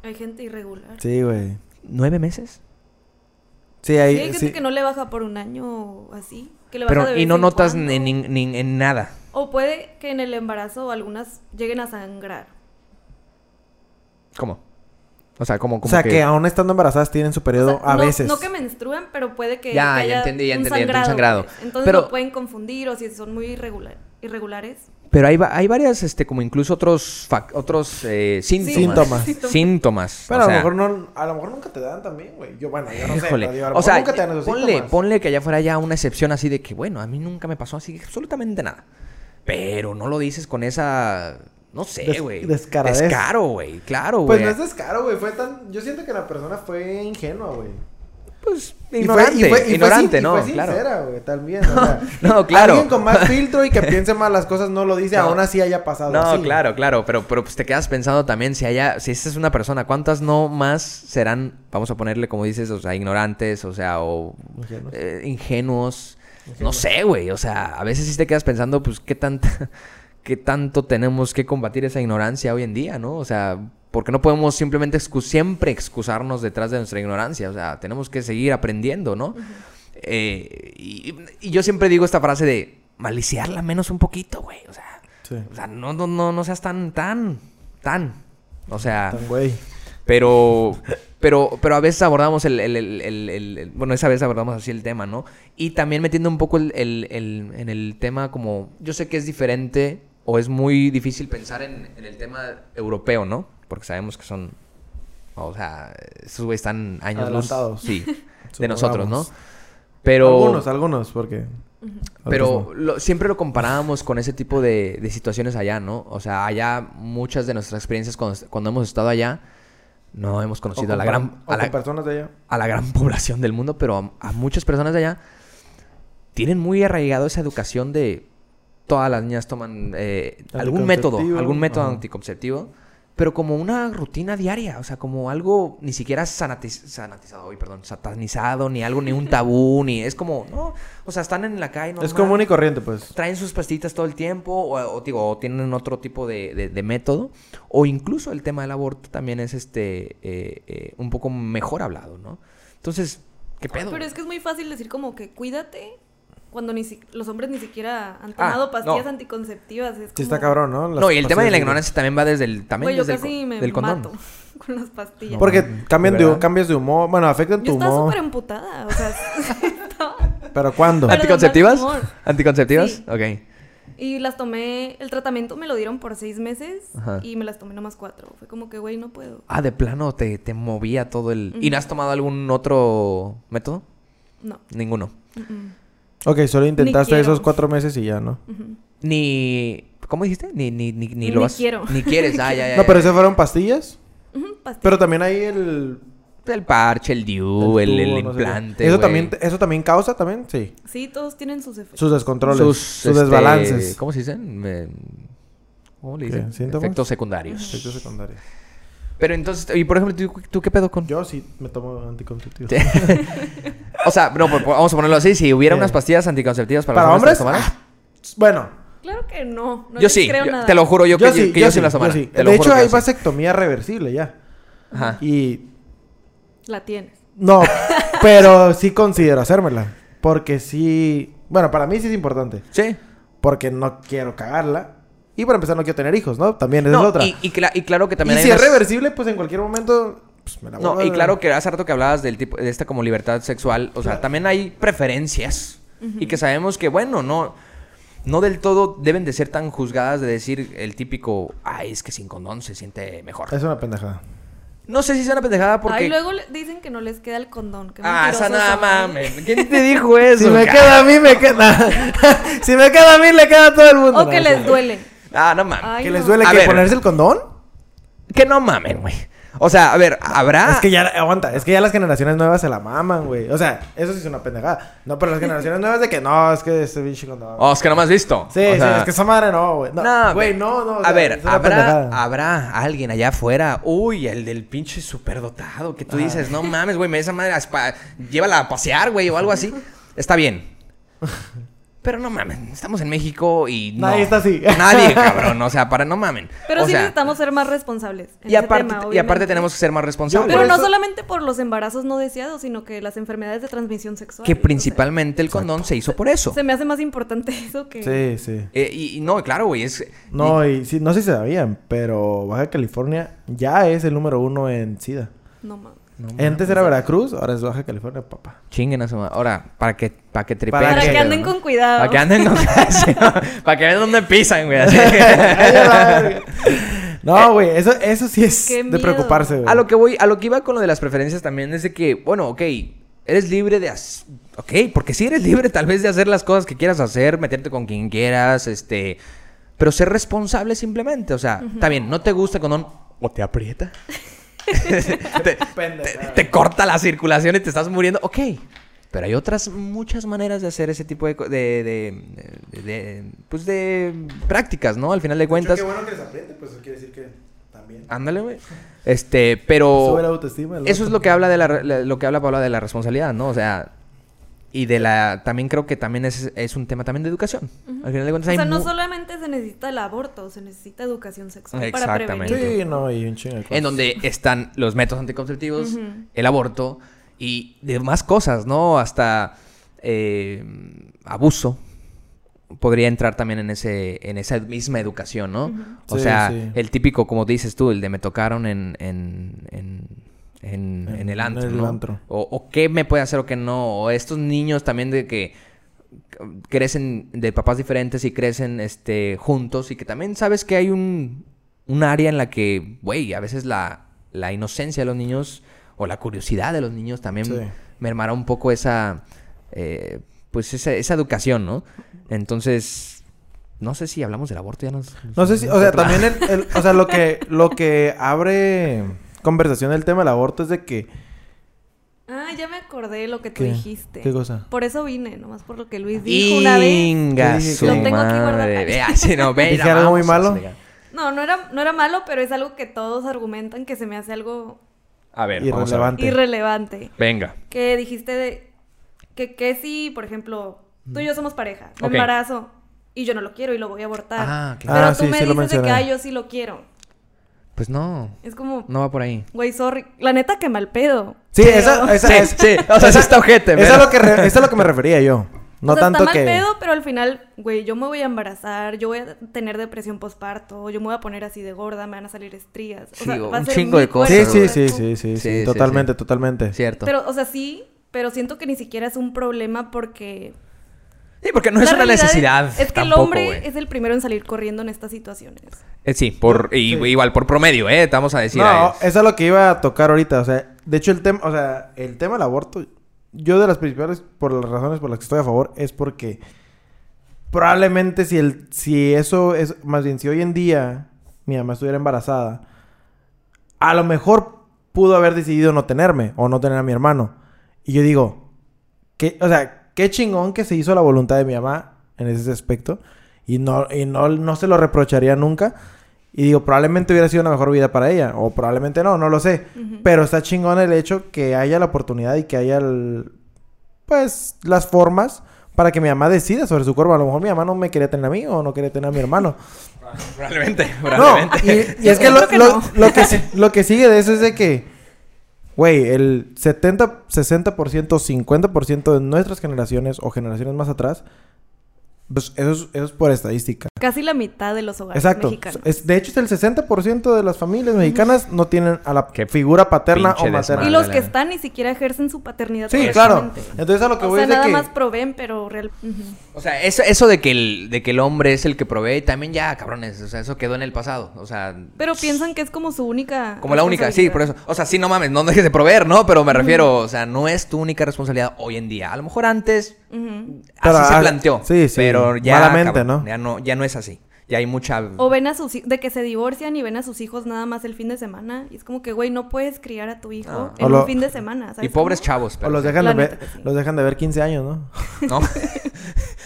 Hay gente irregular. Sí, Sí, güey. ¿Nueve meses? Sí, hay ahí. gente Sí, que no le baja por un año o así. Que le baja Eh, Pero, de y vez no en notas cuando. ni- ni- ni- en nada. O puede que en el embarazo algunas lleguen a sangrar. ¿Cómo? O sea, como, O como sea, que... que... aún estando embarazadas tienen su periodo O sea, a no, veces. No que menstrúen, pero puede Ya, que. que ya haya entendí, ya un entendí, ya entendí, un sangrado. pues. Entonces Pero- lo pueden confundir o si son muy irregular- irregulares. Pero hay, va- hay varias, este, como incluso otros, fac- otros eh, síntomas. Síntomas. Síntomas. Pero o a sea, lo mejor no. A lo mejor nunca te dan también, güey. Yo, bueno, yo no sé. Híjole. pero digo, a lo o mejor sea, nunca te dan esos ponle, síntomas. ponle que allá fuera ya una excepción así de que, bueno, a mí nunca me pasó así absolutamente nada. Pero no lo dices con esa. No sé, Des- güey. descaradez. Descaro, güey. Claro, güey. Pues no es descaro, güey. Fue tan. Yo siento que la persona fue ingenua, güey. pues, ignorante, ignorante, sin- ¿no? y fue claro. sincera, güey, también. o sea, No, claro. Alguien con más filtro y que piense más las cosas no lo dice, No. aún así haya pasado No, así, güey. claro, claro, pero, pero pues te quedas pensando también si haya, si esta es una persona, ¿cuántas no más serán, vamos a ponerle como dices, o sea, ignorantes, o sea, o Ingenuos. eh, ingenuos? No sé, güey, o sea, a veces sí te quedas pensando, pues, qué tanta, qué tanto tenemos que combatir esa ignorancia hoy en día, ¿no? O sea, porque no podemos simplemente excu- siempre excusarnos detrás de nuestra ignorancia, o sea, tenemos que seguir aprendiendo, ¿no? Eh, y, y yo siempre digo esta frase de maliciarla menos un poquito, güey, o sea. Sí. O sea, no, no, no, no seas tan, tan, tan. O sea, Tan güey. pero, pero, pero a veces abordamos el, el- el- el- el- el- bueno, esa vez abordamos así el tema, ¿no? Y también metiendo un poco el, el- el- en el tema como, yo sé que es diferente o es muy difícil pensar en, en el tema europeo, ¿no? Porque sabemos que son, o sea, esos güeyes están años luz, Adelantados. sí, de Supongamos. nosotros, ¿no? Pero Algunos, algunos, porque... otros pero no. lo- siempre lo comparábamos con ese tipo de, de situaciones allá, ¿no? O sea, allá muchas de nuestras experiencias cuando, cuando hemos estado allá, no hemos O conocido a con la, per- gran, o a, con la, personas de allá. a la gran población del mundo, pero a, a muchas personas de allá tienen muy arraigado esa educación de todas las niñas toman eh, algún método, Anticonceptivo, algún método ajá. anticonceptivo, pero como una rutina diaria, o sea, como algo ni siquiera sanatiz- sanatizado, uy, perdón, satanizado, ni algo, ni un tabú, ni es como, no, o sea, están en la calle. Es normal común y corriente, pues. traen sus pastillitas todo el tiempo o, o digo, o tienen otro tipo de, de- de método o incluso el tema del aborto también es este eh, eh, un poco mejor hablado, ¿no? Entonces, ¿qué pedo? Pero es que es muy fácil decir como que cuídate cuando ni si- los hombres ni siquiera han Ah, tomado pastillas no. anticonceptivas. Es Sí como, está cabrón, ¿no? Las no, y el tema de la pastillas, ignorancia también va desde el también Güey, yo desde el casi con- me del condón. mato con las güey. pastillas. Porque cambian ¿De de, verdad? cambias de humor. Bueno, afectan tu yo estaba humor. súper emputada, o sea, estaba- Pero ¿cuándo? Pero- ¿Anticonceptivas? de mal humor. ¿Anticonceptivas? Sí. Ok. Y las tomé, el tratamiento me lo dieron por seis meses Ajá. y me las tomé nomás cuatro. Fue como que, güey, no puedo. Ah, de plano te, te movía todo el... ¿Y no has tomado algún otro método? No. Ninguno. Mm-mm. Ok, solo intentaste quiero. esos cuatro meses y ya, ¿no? Ni... ¿Cómo dijiste? Ni, ni, ni, ni lo Ni has- quiero. Ni quieres. Ah, ya, ya, No, ya. pero esas fueron pastillas. Ujú, pastillas. Pero también hay el... El parche, el DIU, Uh, el, tubo, el no sé qué. implante, Eso güey. también, eso también causa, también, sí. Sí, todos tienen sus efectos. Sus descontroles, sus, este, desbalances. ¿Cómo se dicen? Me- ¿Cómo le ¿Qué? dicen? ¿Síntomas? Efectos secundarios. Efectos secundarios. Pero entonces, y por ejemplo, ¿tú, tú qué pedo con...? Yo sí me tomo anticonceptivos. Sí. o sea, no, por- por- vamos a ponerlo así. Si hubiera Sí. unas pastillas anticonceptivas para, ¿Para los hombres, ¿te hombres? Ah, las tomaras? Bueno, Claro que no. no yo les sí. creo yo- nada. te lo juro, yo, yo, que, sí, que yo, sí las tomara. sí. te lo De juro hecho, que yo hay sí. vasectomía reversible ya. Ajá. Y La tienes. no, pero sí considero hacérmela. Porque sí... Bueno, para mí sí es importante. Sí. Porque no quiero cagarla. Y para empezar no quiero tener hijos, ¿no? También esa No, es otra. Y, y cla- y claro que también y hay si unas- es reversible, pues en cualquier momento pues, me la No, y vuelvo a- claro que hace rato que hablabas del tipo, de esta como libertad sexual, o sea, también hay preferencias y que sabemos que, bueno, no, no del todo deben de ser tan juzgadas de decir el típico, ay, es que sin condón se siente mejor. Es una pendejada. No sé si sea una pendejada porque... Ay, luego le- dicen que no les queda el condón. qué ah, esa mentirosos nada son. mames. ¿Quién te dijo eso? Si me ca- queda a mí, me queda. si me queda a mí, le queda a todo el mundo. O que No, les sí. duele. Ah, no mames. Ay, ¿Que no. les duele A que ver. ponerse el condón? Que no mamen, güey. O sea, a ver, habrá... Es que ya, aguanta, es que ya las generaciones nuevas se la maman, güey. O sea, eso sí es una pendejada. No, pero las generaciones nuevas de que no, es que ese pinche condón. Oh, es que no me has visto. sí, O sí, sea, es que esa madre no, güey. No, No, güey, ve- no, no. o a sea, ver, es una habrá, pendejada. habrá alguien allá afuera. Uy, el del pinche superdotado Ah. que tú dices, no mames, güey, me esa madre aspa- llévala a pasear, güey, o algo así. Está bien. Pero no mamen, estamos en México y no. Nadie está así. Nadie, cabrón, o sea, para no mamen. Pero O sí sea, necesitamos ser más responsables. en y ese aparte, tema, y aparte obviamente. tenemos que ser más responsables. Pero Por no eso- solamente por los embarazos no deseados, sino que las enfermedades de transmisión sexual. que o sea, principalmente el condón se hizo por eso. se me hace más importante eso que. Sí, sí. Eh, y, y no, claro, güey, es... No, y sí, no sé si sabían, pero Baja California ya es el número uno en SIDA. No mames. No mames. Antes era Veracruz, ahora es Baja California, papá. Chinguen a su madre. Ahora, para que, para que tripeen. Para Para que- que anden con cuidado. Para que anden con... sí, para que vean dónde pisan, güey. así. no, güey, eso, eso sí es Qué de miedo. preocuparse, güey. A lo que voy, a lo que iba con lo de las preferencias también es de que, bueno, ok, eres libre de hac- ok, porque si eres libre tal vez de hacer las cosas que quieras hacer, meterte con quien quieras, este, pero ser responsable simplemente, o sea, está bien, no te gusta el condón o te aprieta. te, te- te corta la circulación y te estás muriendo. Ok. Pero hay otras muchas maneras de hacer ese tipo de, co- de, de- de- de- pues de prácticas, ¿no? Al final de cuentas. Qué bueno que les apriete, pues eso quiere decir que también. Ándale, güey. Este, pero. Sube la autoestima, el Eso es otro. lo que habla de la, re- la- lo que habla Paula de la responsabilidad, ¿no? O sea, y de la también creo que también es, es un tema también de educación. Al final de O cuentas hay sea, no mu- solamente se necesita el aborto, se necesita educación sexual para Exactamente. prevenir. Sí, no, y un chingo de cosas. en donde están los métodos anticonceptivos, Ujú. el aborto y demás cosas, ¿no? Hasta eh, abuso podría entrar también en ese en esa misma educación, ¿no? O Sí, sea, sí. el típico, como dices tú, el de me tocaron en en, en, en- en el En antro, el ¿no? antro. O, o qué me puede hacer o qué no. O estos niños también de que crecen de papás diferentes y crecen este juntos y que también sabes que hay un, un área en la que, güey, a veces la, la inocencia de los niños o la curiosidad de los niños también Sí. mermará un poco esa, eh, pues esa, esa educación, ¿no? Entonces, no sé si hablamos del aborto, ya nos... No sé si, o sea, también el, el- o sea, lo que, lo que abre conversación el tema del aborto es de que. Ah, ya me acordé lo que tú ¿Qué? dijiste. ¿Qué cosa? Por eso vine, nomás por lo que Luis dijo una vez. Inga ¿Qué dije? su Lo tengo aquí guardado. madre. Vea, si no, ve, ¿Dije la vamos algo muy a malo? fregar. No, no era, no era malo, pero es algo que todos argumentan que se me hace algo A ver, vamos a ver. Irrelevante. irrelevante. Venga. Que dijiste de que, que si, por ejemplo, tú Mm. y yo somos pareja, me Ok. embarazo y yo no lo quiero y lo voy a abortar. Ah, ok. Pero Ah, tú sí, me sí dices de lo que mencioné. ay, yo sí lo quiero. Pues no, Es como, no va por ahí. güey, sorry. La neta que mal pedo. Sí, Pero- esa, esa Sí, es. sí, o sea, sí está ojete, Eso pero- es lo que, re- eso es lo que me refería yo. No o sea, tanto está mal que. pedo, pero al final, güey, yo me voy a embarazar, yo voy a tener depresión posparto, yo me voy a poner así de gorda, me van a salir estrías. O Sí, sea, un va a ser chingo mi de cosas, Sí, cuerpo. sí, güey. sí, sí, sí, sí, Sí, sí, totalmente, sí. totalmente. Cierto. Pero, o sea, sí, pero siento que ni siquiera es un problema porque sí, porque no es La una realidad necesidad. Es, es que el tampoco, hombre güey. es el primero en salir corriendo en estas situaciones. Eh, sí, por, y- Sí. igual por promedio, ¿eh? Te vamos a decir. No, ahí. eso es lo que iba a tocar ahorita. O sea, de hecho, el tema, o sea, el tema del aborto, yo de las principales, por las razones por las que estoy a favor, es porque probablemente si el, si eso es, más bien, si hoy en día mi mamá estuviera embarazada, a lo mejor pudo haber decidido no tenerme o no tener a mi hermano. Y yo digo, que, o sea, qué chingón que se hizo la voluntad de mi mamá en ese aspecto. Y no, y no, no se lo reprocharía nunca. Y digo, probablemente hubiera sido una mejor vida para ella. O probablemente no, no lo sé. Pero está chingón el hecho que haya la oportunidad y que haya el- pues las formas para que mi mamá decida sobre su cuerpo. A lo mejor mi mamá no me quería tener a mí o no quería tener a mi hermano. Probablemente, No, probablemente. y, y es que, Yo lo, creo que lo- no. lo que si- lo que sigue de eso es de que, güey, el 70, 60%, 50% de nuestras generaciones o generaciones más atrás, pues eso es, eso es por estadística. Casi la mitad de los hogares Exacto. mexicanos. Es- de hecho, es el 60% de las familias mexicanas no tienen a la Qué figura paterna o pinche materna. desmadre. Y lo- los que Ándale. están ni siquiera ejercen su paternidad. Sí, claro. correctamente. Entonces a lo que O voy sea, es de nada que... más proveen, pero real. Ujú. O sea, eso, eso de, que el, de que el hombre es el que provee, también ya, cabrones. O sea, eso quedó en el pasado. O sea, Pero piensan que es como su única. como la única, sí, por eso. O sea, sí, no mames, no dejes de proveer, ¿no? Pero me refiero, o sea, no es tu única responsabilidad hoy en día. A lo mejor antes Ujú. así Pero, se ah, planteó. sí, sí, Pero ya. malamente, ¿no? Ya no, ya no es así. Ya hay mucha. O ven a sus hij- de que se divorcian y ven a sus hijos nada más el fin de semana. Y es como que, güey, no puedes criar a tu hijo Ah. en O un lo- fin de semana. ¿sabes y pobres cómo? chavos. O pero los sí. dejan, La de ver, neta que sí. los dejan de ver 15 años, ¿no? ¿no?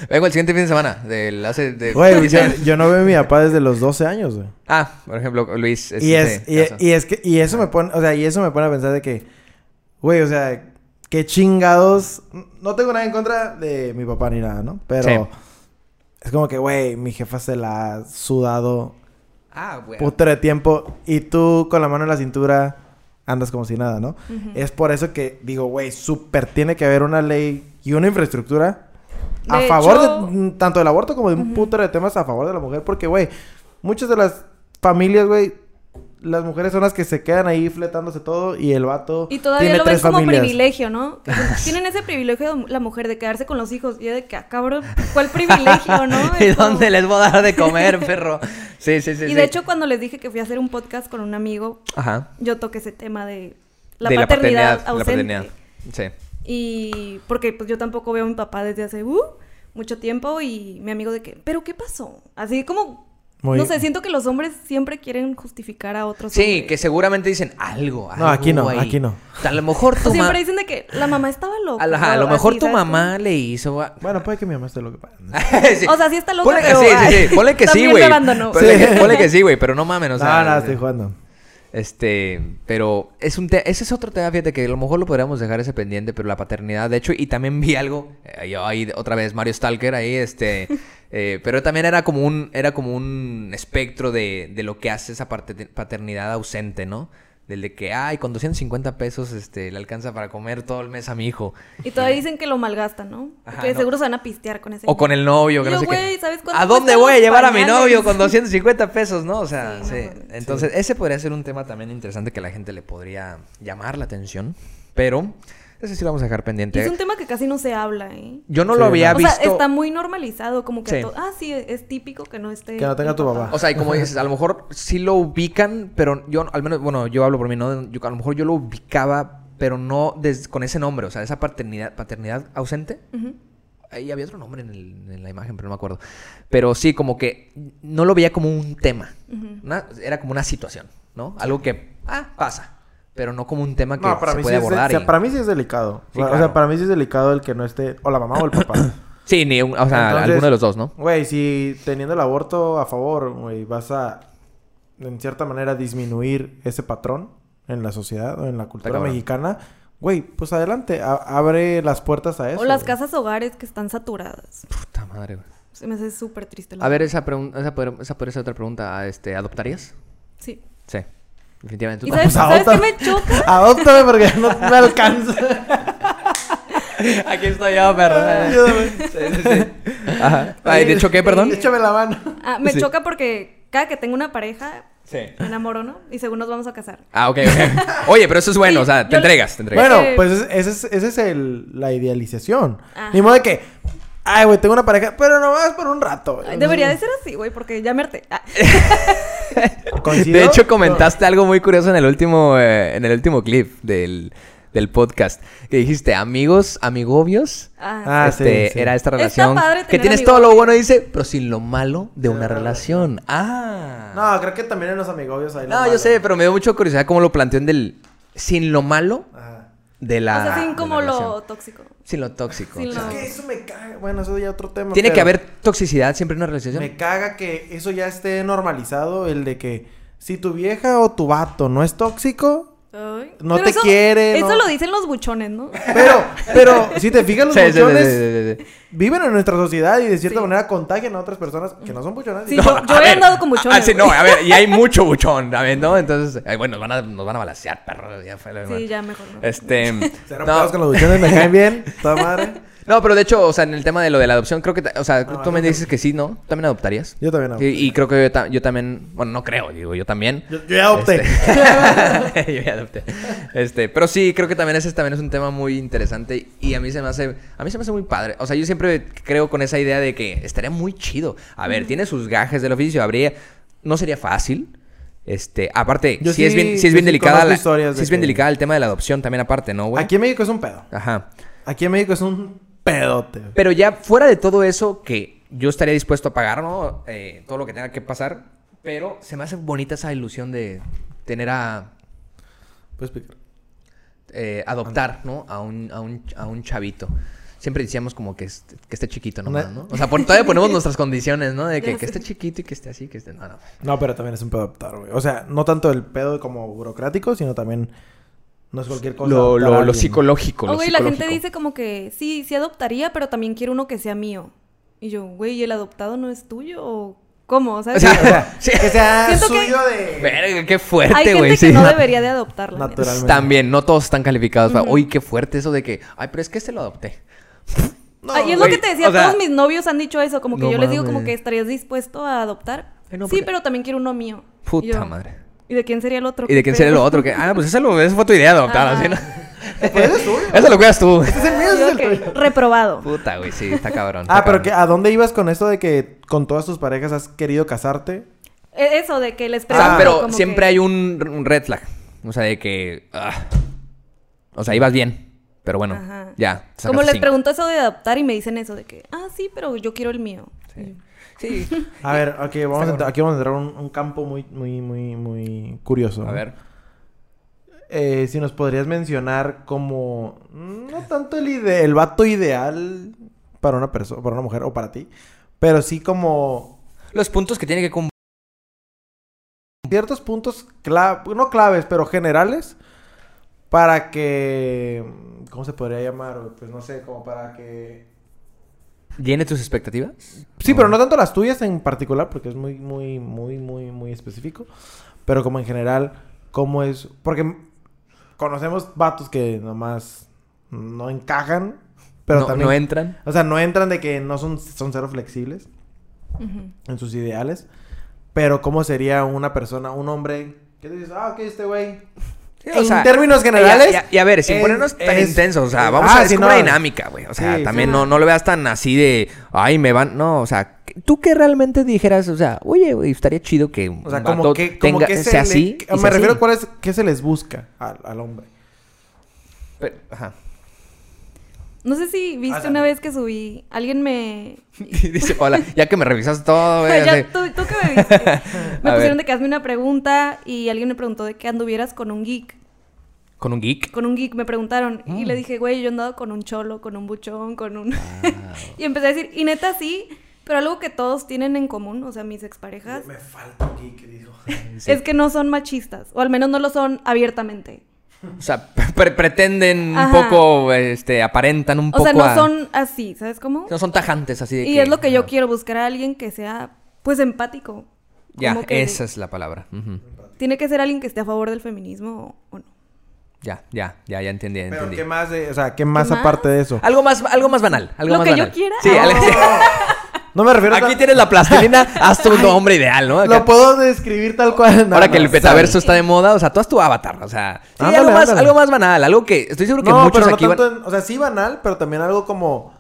Vengo el siguiente fin de semana. Del hace. De, Güey, yo, dice- yo no veo a mi papá desde los 12 años, güey. Ah, por ejemplo, Luis. Y este, es, sí, y, eso. y es que, y eso me pone, o sea, y eso me pone a pensar de que, güey, o sea, qué chingados. No tengo nada en contra de mi papá ni nada, ¿no? Pero Sí. es como que, güey, mi jefa se la ha sudado Ah, güey. putero de tiempo y tú con la mano en la cintura andas como si nada, ¿no? Es por eso que digo, güey, súper tiene que haber una ley y una infraestructura a De favor hecho- de, mm, tanto del aborto como de un putero de temas a favor de la mujer, porque, güey, muchas de las familias, güey, las mujeres son las que se quedan ahí fletándose todo y el vato Y todavía tiene lo ven tres como familias. privilegio, ¿no? Que dicen, Tienen ese privilegio de la mujer de quedarse con los hijos. Y yo de que, ah, cabrón, ¿cuál privilegio, no? ¿Y Es como- dónde les voy a dar de comer, perro? Sí, sí, sí. Y sí. de hecho, cuando les dije que fui a hacer un podcast con un amigo, Ajá. yo toqué ese tema de la De paternidad la ausente. paternidad. Sí. Y porque pues yo tampoco veo a mi papá desde hace uh, mucho tiempo y mi amigo de que, ¿pero qué pasó? Así como Muy- No sé, siento que los hombres siempre quieren justificar a otros. Sí, hombres. que seguramente dicen algo. No, aquí algo no, ahí. aquí no. O sea, a lo mejor O tu mamá. siempre dicen de que la mamá estaba loca. A, la- ajá, a o lo así, mejor tu ¿sabes cómo? mamá le hizo. a- Bueno, puede que mi mamá esté loca. Sí. O sea, sí está loca, Ponle que pero, sí, sí, ay, sí. Ponle que sí, también güey. me abandonó. Ponle, Sí. que- ponle que sí, güey, pero no mamen, o sea. no, eh, no, estoy jugando. Este, pero es un te- ese es otro tema, fíjate que a lo mejor lo podríamos dejar ese pendiente, pero la paternidad, de hecho, y también vi algo, eh, yo ahí otra vez, Mario Stalker, ahí, este, eh, pero también era como un, era como un espectro de, de lo que hace esa parte- paternidad ausente, ¿no? Del de que, ay, con 250 pesos, este, le alcanza para comer todo el mes a mi hijo. Y todavía dicen que lo malgastan, ¿no? Ajá, que no. seguro se van a pistear con ese. O con el novio, que Yo, no sé güey, qué. ¿sabes cuánto ¿A dónde cuestan voy a los llevar a mi pañales? novio con 250 pesos, no? O sea, Sí, no sí. mames. Entonces, ese podría ser un tema también interesante que la gente le podría llamar la atención. Pero, ese sí lo vamos a dejar Y es pendiente. un tema que casi no se habla, ¿eh? Yo no Sí, lo no. había o visto. sea, está muy normalizado, como que... Sí. a to- Ah, sí, es típico que no esté... Que no tenga mi tu papá. papá. O sea, y como dices, a lo mejor sí lo ubican, pero yo al menos, bueno, yo hablo por mí, ¿no? Yo- a lo mejor yo lo ubicaba, pero no des- con ese nombre, o sea, esa paternidad, paternidad ausente. Ujú. Ahí había otro nombre en, el- en la imagen, pero no me acuerdo. Pero sí, como que no lo veía como un tema. Una- era como una situación, ¿no? Algo que, ah, pasa. Pero no como un tema que No, para se mí, puede sí es de- abordar. o sea, y- para mí sí es delicado. Sí, o, sea, claro. para mí sí es delicado el que no esté o la mamá o el papá. Sí, ni un- o sea, Entonces, alguno de los dos, ¿no? Güey, si teniendo el aborto a favor, güey, vas a en cierta manera disminuir ese patrón en la sociedad o en la cultura cabrón. mexicana, güey, pues adelante, a- abre las puertas a eso. O las güey. casas hogares que están saturadas. Puta madre, güey. Se me hace súper triste. la A ver, esa, pregun- esa, podría- esa podría ser otra pregunta. ah, Este, ¿Adoptarías? Sí. Sí. Definitivamente. ¿Y Tú sabes, pues, ¿sabes qué adopta. me choca? Adóptame porque no me alcanza. tampoco. Aquí estoy yo, perdón. Ayúdame. Ajá. Ay, ¿De hecho qué, perdón? Échame la mano. Ah, me Sí. choca porque cada que tengo una pareja, Sí. me enamoro, ¿no? Y según nos vamos a casar. Ah, ok, ok. Oye, pero eso es bueno, o sea, Sí, te yo le- entregas, te entregas. Bueno, Eh, pues es- ese es, ese es el, la idealización. Ajá. Ni modo de que, ay, güey, tengo una pareja, pero nomás por un rato. Ay, debería de ser así, güey, porque ya me harté. Ah, Coincido. De hecho, comentaste algo muy curioso en el último, eh, en el último clip del, del podcast. Que dijiste, amigos, amigobios. ah, Ah, este, sí, sí. Era esta Está relación. padre que tener tienes amigos. todo lo bueno, dice, pero sin lo malo de Sí, una la relación. Ah. No, creo que también en los amigobios hay lo No, yo malo. sé, pero me dio mucha curiosidad cómo lo planteó en del. Sin lo malo Ajá. de la. o sea, de sin Ah, la como lo relación. tóxico. Sin lo tóxico. Sin o lo- sea. Es que eso me caga. Bueno, eso ya es otro tema. Tiene pero que haber toxicidad siempre en una relación. Me caga que eso ya esté normalizado, el de que si tu vieja o tu vato no es tóxico, Ay. No Pero te eso- quiere, Eso no- lo dicen los buchones, ¿no? pero, pero si te fijas los Sí, sí, sí, buchones sí, sí, sí. viven en nuestra sociedad y de cierta Sí. manera contagian a otras personas que no son buchonas. Sí, Y- yo- No, a he ver, andado con buchones, ah, sí, güey. no, a ver, y hay mucho buchón también, ¿no? Entonces, ay, bueno, nos van a, nos van a balacear, perro. Ya fue la- Sí, ya mejor no. Ah, Este. Cero no. pedos con los buchones, me caen bien. Toda madre. No, pero de hecho, o sea, en el tema de lo de la adopción, creo que, ta- o sea, No, tú me no. dices que sí, ¿no? ¿También adoptarías? Ah, Yo también Y, adopté. y creo que yo, ta- yo también, bueno, no creo, digo, yo también. Yo, yo ya adopté. Este, yo ya adopté. Este, pero sí, creo que también ese también es un tema muy interesante y a mí se me hace, a mí se me hace muy padre. O sea, yo siempre creo con esa idea de que estaría muy chido. A ver, tiene sus gajes del oficio, habría, no sería fácil. Este, aparte, si Yo es sí- bien, si yo es bien sí delicada, conozco la- historias sí de es bien que- delicada el tema de la adopción también aparte, ¿no, güey? Aquí en México es un pedo. Ajá. Aquí en México es un pedote. Pero ya fuera de todo eso, que yo estaría dispuesto a pagar, ¿no? Eh, todo lo que tenga que pasar. Pero se me hace bonita esa ilusión de tener a. Puedes explicar. eh, adoptar, ¿no? A un, a, un, a un chavito. Siempre decíamos como que, est- que esté chiquito nomás, ¿no? O sea, por, todavía ponemos nuestras condiciones, ¿no? De que, que esté chiquito y que esté así, que esté. No, no. No, pero también es un pedo adoptar, güey. O sea, no tanto el pedo como burocrático, sino también no es cualquier cosa. Lo, adoptar a lo, lo alguien. psicológico. Oh, Lo güey, la gente psicológico. dice como que sí, sí adoptaría, pero también quiero uno que sea mío. Y yo, güey, ¿y el adoptado no es tuyo? ¿O ¿Cómo? O ¿Sabes? sea, sí. Que sea Siento que- suyo de. Verga, qué Hay fuerte, gente güey. que sí. no debería de adoptarla. Natural. Naturalmente. También, no todos están calificados. para, Uy, qué fuerte eso de que. Ay, pero es que este lo adopté. No, Ay, es lo güey, que te decía, o sea- todos mis novios han dicho eso, como que No yo les digo como mames. que estarías dispuesto a adoptar. Ay, no, sí, porque- pero también quiero uno mío. Y Puta yo, madre. ¿Y de quién sería el otro? ¿Y de quién sería lo otro? Que, ah, pues esa, lo, esa fue tu idea de adoptar, Ajá. así, ¿no? Pues es suyo. Eso lo cuidas tú. Es el mío, Yo es el que, tuyo. reprobado. Puta, güey, sí, está cabrón. está Ah, pero cabrón. que, ¿a dónde ibas con esto de que con todas tus parejas has querido casarte? E- Eso de que Ah, les O sea, pregunto Ah, pero como siempre que- hay un, un red flag. O sea, de que. ah. O sea, ibas bien. Pero bueno, Ajá. ya. Como les sacaste cinco. pregunto eso de adoptar y me dicen eso de que, ah, sí, pero yo quiero el mío. Y yo, Sí. A ver, ok, vamos a bueno. entrar- aquí vamos a entrar a un, un campo muy, muy, muy, muy curioso. A ver. Eh, si nos podrías mencionar como... No tanto el, ide- el vato ideal para una persona, para una mujer o para ti. Pero sí como Los puntos que tiene que cumplir. ciertos puntos clave, no claves, pero generales. Para que... ¿Cómo se podría llamar? güey? Pues no sé, como para que... ¿Llene tus expectativas? Sí, pero no tanto las tuyas en particular, porque es muy, muy, muy, muy, muy específico. Pero como en general, cómo es... Porque conocemos vatos que nomás no encajan, pero no, también... no entran. O sea, no entran de que no son, son cero flexibles ujú. en sus ideales. Pero cómo sería una persona, un hombre... Que dices, ah, ok, este güey. Sí, En términos generales, Y a, y a ver, sin es- ponernos tan es- intensos. O es- sea, vamos ah, a ver sí, como no. una dinámica, güey. O sea, Sí, también sí. no, no lo veas tan así de. Ay, me van. No, o sea, tú que realmente dijeras, o sea, oye, güey, estaría chido que. O sea, un como vato que, como tenga- que se sea le- así. y Me sea refiero así. a cuál es... ¿Qué se les busca al, al hombre? Pero- ajá. No sé si viste Ándale. una vez que subí, alguien me... Y dice, hola, ya que me revisas todo, güey. Ya, así. tú, tú que me viste. me A ver. pusieron de que hazme una pregunta y alguien me preguntó de que anduvieras con un geek. Con un geek. Con un geek me preguntaron. Y Mm. le dije, güey, yo he andado con un cholo, con un buchón, con un... Ah. y empecé a decir, y neta sí, pero algo que todos tienen en común, o sea, mis exparejas, Me falta aquí que digo. es que no son machistas, o al menos no lo son abiertamente. O sea, pre- pretenden Ajá. un poco, este, aparentan un O poco. sea, no a- son así, ¿sabes cómo? No son tajantes así de Y es lo que yo ajá. quiero, buscar a alguien que sea, pues, empático. Ya, Como que esa es la palabra. Ujú. Tiene que ser alguien que esté a favor del feminismo o, o no. Ya, ya, ya, ya entendí, ya Pero entendí. ¿qué más? de- o sea, ¿qué más más? aparte de eso? Algo más, algo más banal. Algo Lo más que yo banal. quiera. Sí, No. Alex- No me refiero aquí tan- tienes la plastilina, haz tu nombre ideal, ¿no? Acá- Lo puedo describir tal cual. Ahora que el petaverso petaverso está de moda, o sea, tú haz tu avatar, o sea, sí, Ándale, algo, más, ándale. algo más banal, algo que estoy seguro que no, muchos pero no aquí van... tanto en- O sea, sí banal, pero también algo como...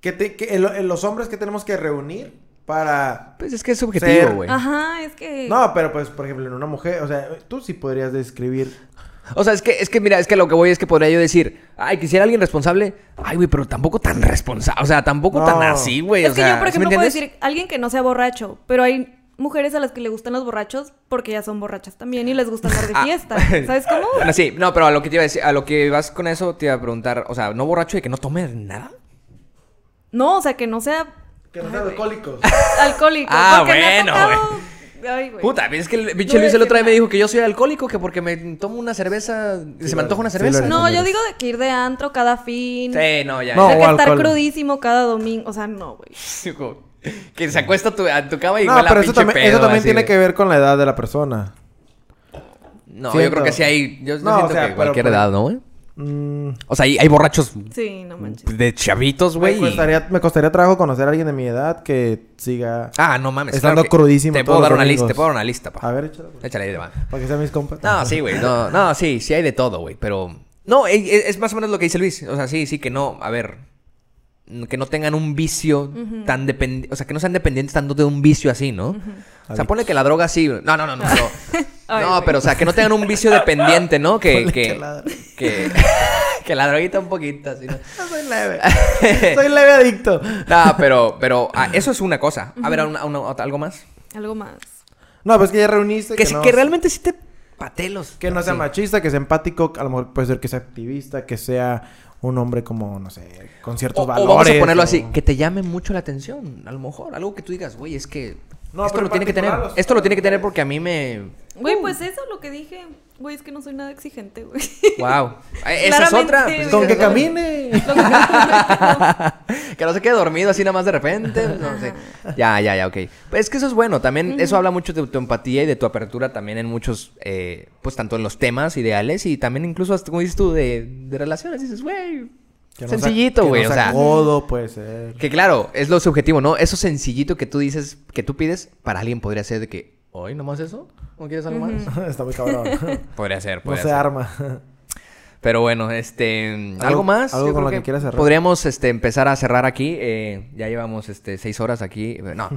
Que, te- que el- el- los hombres que tenemos que reunir para... Pues es que es subjetivo, Ser- güey. Ajá, es que... No, pero pues, por ejemplo, en una mujer... O sea, tú sí podrías describir... O sea, es que, es que mira, es que lo que voy es que podría yo decir, ay, quisiera alguien responsable, ay, güey, pero tampoco tan responsable, o sea, tampoco No. tan así, güey, es o que sea, yo, por ¿sí me ejemplo, puedo entiendes? decir alguien que no sea borracho, pero hay mujeres a las que le gustan los borrachos porque ya son borrachas también y les gusta andar de Ah. fiesta. ¿Sabes cómo? Bueno, sí, no, pero a lo que te iba a decir, a lo que vas con eso te iba a preguntar, o sea, no borracho de que no tome nada. No, o sea, que no sea Que no sean alcohólicos. alcohólico. Ah, porque me ha bueno, tocado- Ay, güey. Puta, es que el pinche No voy a Luis el otro decir día me nada. dijo que yo soy alcohólico, que porque me tomo una cerveza, se lo me antoja una eres, sí lo cerveza. eres. No, yo digo de que ir de antro cada fin. Sí, no, ya. No, O sea, que o estar alcohol. crudísimo cada domingo. O sea, no, güey. ya. Como Que se acuesta a tu, a tu cama y No, huele a pero eso pinche también, pedo, eso también así tiene de- que ver con la edad de la persona. No, yo Siento. creo que sí hay... Yo, yo No, o siento sea, que pero- cualquier pero- edad, ¿no, güey? Mm, O sea, hay, hay borrachos Sí, no manches. de chavitos, me, güey. y- costaría, me costaría trabajo conocer a alguien de mi edad que siga... Ah, no mames. Estando que- crudísimo Te todos puedo dar los una lista, domingos. te puedo dar una lista, pa. A ver, échalo. güey. Ah, Échale ahí de mano. Para que sean mis compas. No, sí, güey. No, no, sí, sí hay de todo, güey. Pero. No, e- e- es, más o menos lo que dice Luis. O sea, sí, sí, que no. A ver. n- Que no tengan un vicio tan dependiente. O sea, que no sean dependientes tanto de un vicio así, ¿no? O sea, pone que la droga sí. No, no, no, no. No, Ay, no güey. pero, o sea, que no tengan un vicio dependiente, ¿no? Que. Ponle que Que, la droga. que, que la droguita un poquito, así, ¿no? Yo Soy leve. Soy leve adicto. No, pero, pero ah, eso es una cosa. A ver, a una- a una- otra- algo más. Algo más. No, pues que ya reuniste. Que, Que, sí- no, que realmente sí te patelos. que no sea Sí. machista, que sea empático. A lo mejor puede ser que sea activista, que sea un hombre como, no sé, con O, ciertos o valores. vamos a ponerlo o- así, que te llame mucho la atención, a lo mejor, algo que tú digas, güey, es que No, esto pero lo tiene que tener, particular, o sea, esto lo tiene que tener porque a mí me, Güey, pues Uh. eso lo que dije. Güey, es que no soy nada exigente, güey. wow, esa es Claramente, otra, güey. Con que esa es otra. camine. que no se quede dormido así nada más de repente, no sé, ya, ya, ya, ok, pues es que eso es bueno, también eso habla mucho de tu empatía y de tu apertura también en muchos, eh, pues tanto en los temas ideales y también incluso hasta como dices tú de, de relaciones, dices, güey, Que no sea- sencillito, que güey, no o sea, codo, puede ser. Que claro, es lo subjetivo, ¿no? Eso sencillito que tú dices, que tú pides, para alguien podría ser de que, ¿hoy nomás eso? ¿No quieres algo más? Está muy cabrón. Podría ser, no podría se ser. arma. Pero bueno, este, ¿algo más? algo Yo con creo lo que quieras cerrar. Podríamos, este, empezar a cerrar aquí. eh, ya llevamos, este, seis horas aquí. No,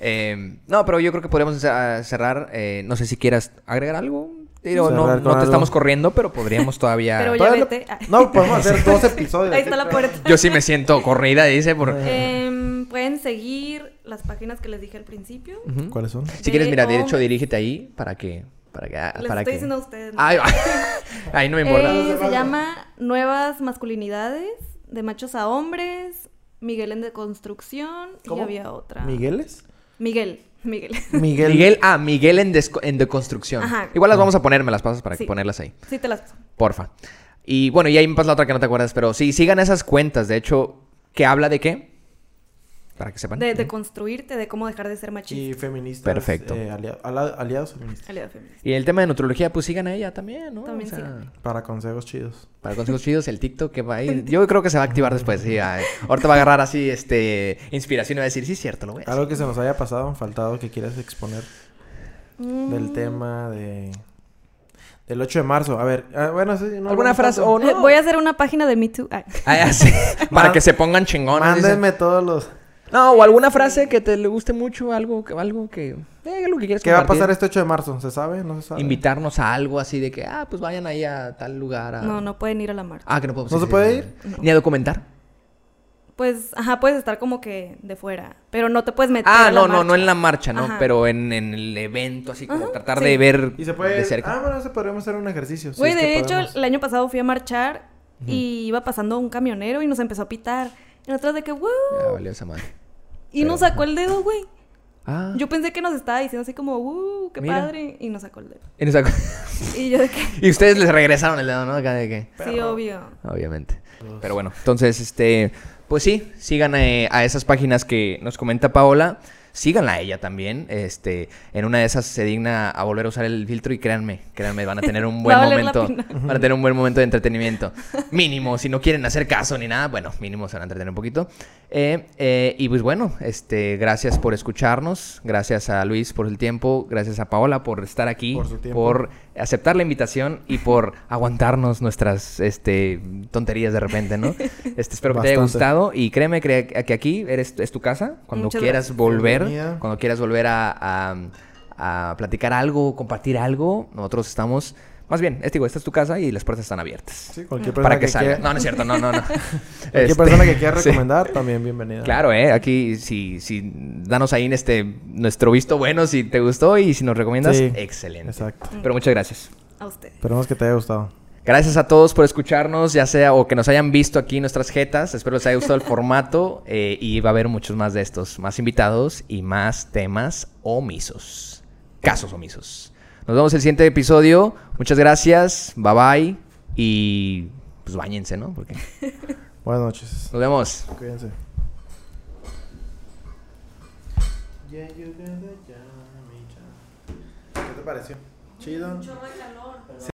Eh, no, pero yo creo que podríamos eh, cerrar. eh, no sé si quieras agregar algo. Digo, no, Cerrar no con te algo. estamos corriendo, pero podríamos todavía... Pero ya- Todavía vete. lo- No, podemos hacer dos episodios. Ahí está la puerta. Yo sí me siento corrida, dice, por... Eh, Em, Pueden seguir las páginas que les dije al principio. Ujú. ¿Cuáles son? Si quieres, mira, de hecho, hombres. dirígete ahí para que... Para que... Les Ah, para estoy que- diciendo a ustedes. ¿no? Ay, ahí no me importa. Eh, se llama Nuevas Masculinidades, de machos a hombres, Miguel en deconstrucción ¿Cómo? y había otra. ¿Migueles? Miguel. Miguel. Miguel. Miguel, ah, Miguel en, desco- en deconstrucción. Ajá. Igual las vamos a poner, me las pasas para que Sí. ponerlas ahí. sí, te las paso. Porfa. Y bueno, y ahí me pasa la otra que no te acuerdas, pero sí, sigan esas cuentas. De hecho, ¿qué habla de qué? Para que sepan. De, de construirte, de cómo dejar de ser Y machista. feministas. Perfecto. eh, alia- ala- aliados feministas. Aliado feminista. Y el tema de nutrología, pues sigan a ella también, ¿no? También O sea, síganme. Para consejos chidos. Para consejos chidos, el TikTok que va a ir. Yo creo que se va a activar después. Sí, ay. ahorita va a agarrar así este inspiración y va a decir, sí, es cierto, lo voy a hacer. Algo que se nos haya pasado, faltado, que quieras exponer Mm. del tema de... Del 8 de marzo. A ver, ah, bueno, sí, no, ¿Alguna no frase tanto. o no? Eh, voy a hacer una página de Me Too. Ay. Ay, así, Ah, para Man- que se pongan chingones. dicen. Mándenme todos los... No, o alguna frase que te le guste mucho, algo, que- algo que... eh, algo que quieres ¿Qué va a compartir. pasar este 8 de marzo? ¿Se sabe? ¿No se sabe? Invitarnos a algo así de que, ah, pues vayan ahí a tal lugar. a- No, no pueden ir a la marcha. Ah, que no podemos ¿No sí, se sí, puede sí, ir? sí. Ni a documentar. Pues, ajá, puedes estar como que de fuera, Eh, pero no te puedes meter. Ah, a la no, no, no marcha. en la marcha, ¿no? Ajá. Pero en, en el evento, así como Ajá, tratar sí. de ver Y se puede... de cerca. Ah, bueno, se podríamos hacer un ejercicio. si Güey, Pues es que de hecho, podemos. el año pasado fui a marchar y iba pasando un camionero y nos empezó a pitar. Y nosotros de que, wow. Ya valió esa madre. Y nos Pero- sacó el dedo, güey. Ah. Yo pensé que nos estaba diciendo así como, uh, qué Mira. padre. Y nos sacó el dedo. Y, nos sacó- Y yo de que, y ustedes les regresaron el dedo, ¿no? Acá de que... sí, obvio. Obviamente. Pero bueno, entonces, este, pues sí, sigan eh, a esas páginas que nos comenta Paola. Síganla a ella también. Este, en una de esas se digna a volver a usar el filtro y créanme, créanme, van a tener un buen Va a valer la momento. pena. Van a tener un buen momento de entretenimiento. Mínimo, si no quieren hacer caso ni nada, bueno, mínimo se van a entretener un poquito. Eh, eh, y pues bueno, este, gracias por escucharnos. Gracias a Luis por el tiempo. Gracias a Paola por estar aquí. Por su tiempo. por aceptar la invitación y por aguantarnos nuestras este, tonterías de repente, ¿no? Este, espero que te haya Bastante. gustado y créeme que, que aquí eres, es tu casa. Cuando Muchas quieras gracias. volver, Bienvenida. cuando quieras volver a, a- a platicar algo, compartir algo, nosotros estamos... Más bien, este, digo, esta es tu casa y las puertas están abiertas. Sí, cualquier persona Para que, salga. quiera- No, no es cierto, no, no, no. Cualquier Este, persona que quiera sí. recomendar, también bienvenida. Claro, eh, aquí si, si danos ahí en este nuestro visto bueno si te gustó y si nos recomiendas, Sí, excelente. Exacto. Pero muchas gracias. A ustedes. Esperemos que te haya gustado. Gracias a todos por escucharnos, ya sea o que nos hayan visto aquí nuestras jetas. Espero les haya gustado el formato eh, y va a haber muchos más de estos, más invitados y más temas omisos, casos omisos. Nos vemos en el siguiente episodio. Muchas gracias, bye bye y pues bañense, ¿no? Porque Buenas noches. nos vemos. Cuídense. ¿Qué te pareció? Chido. calor.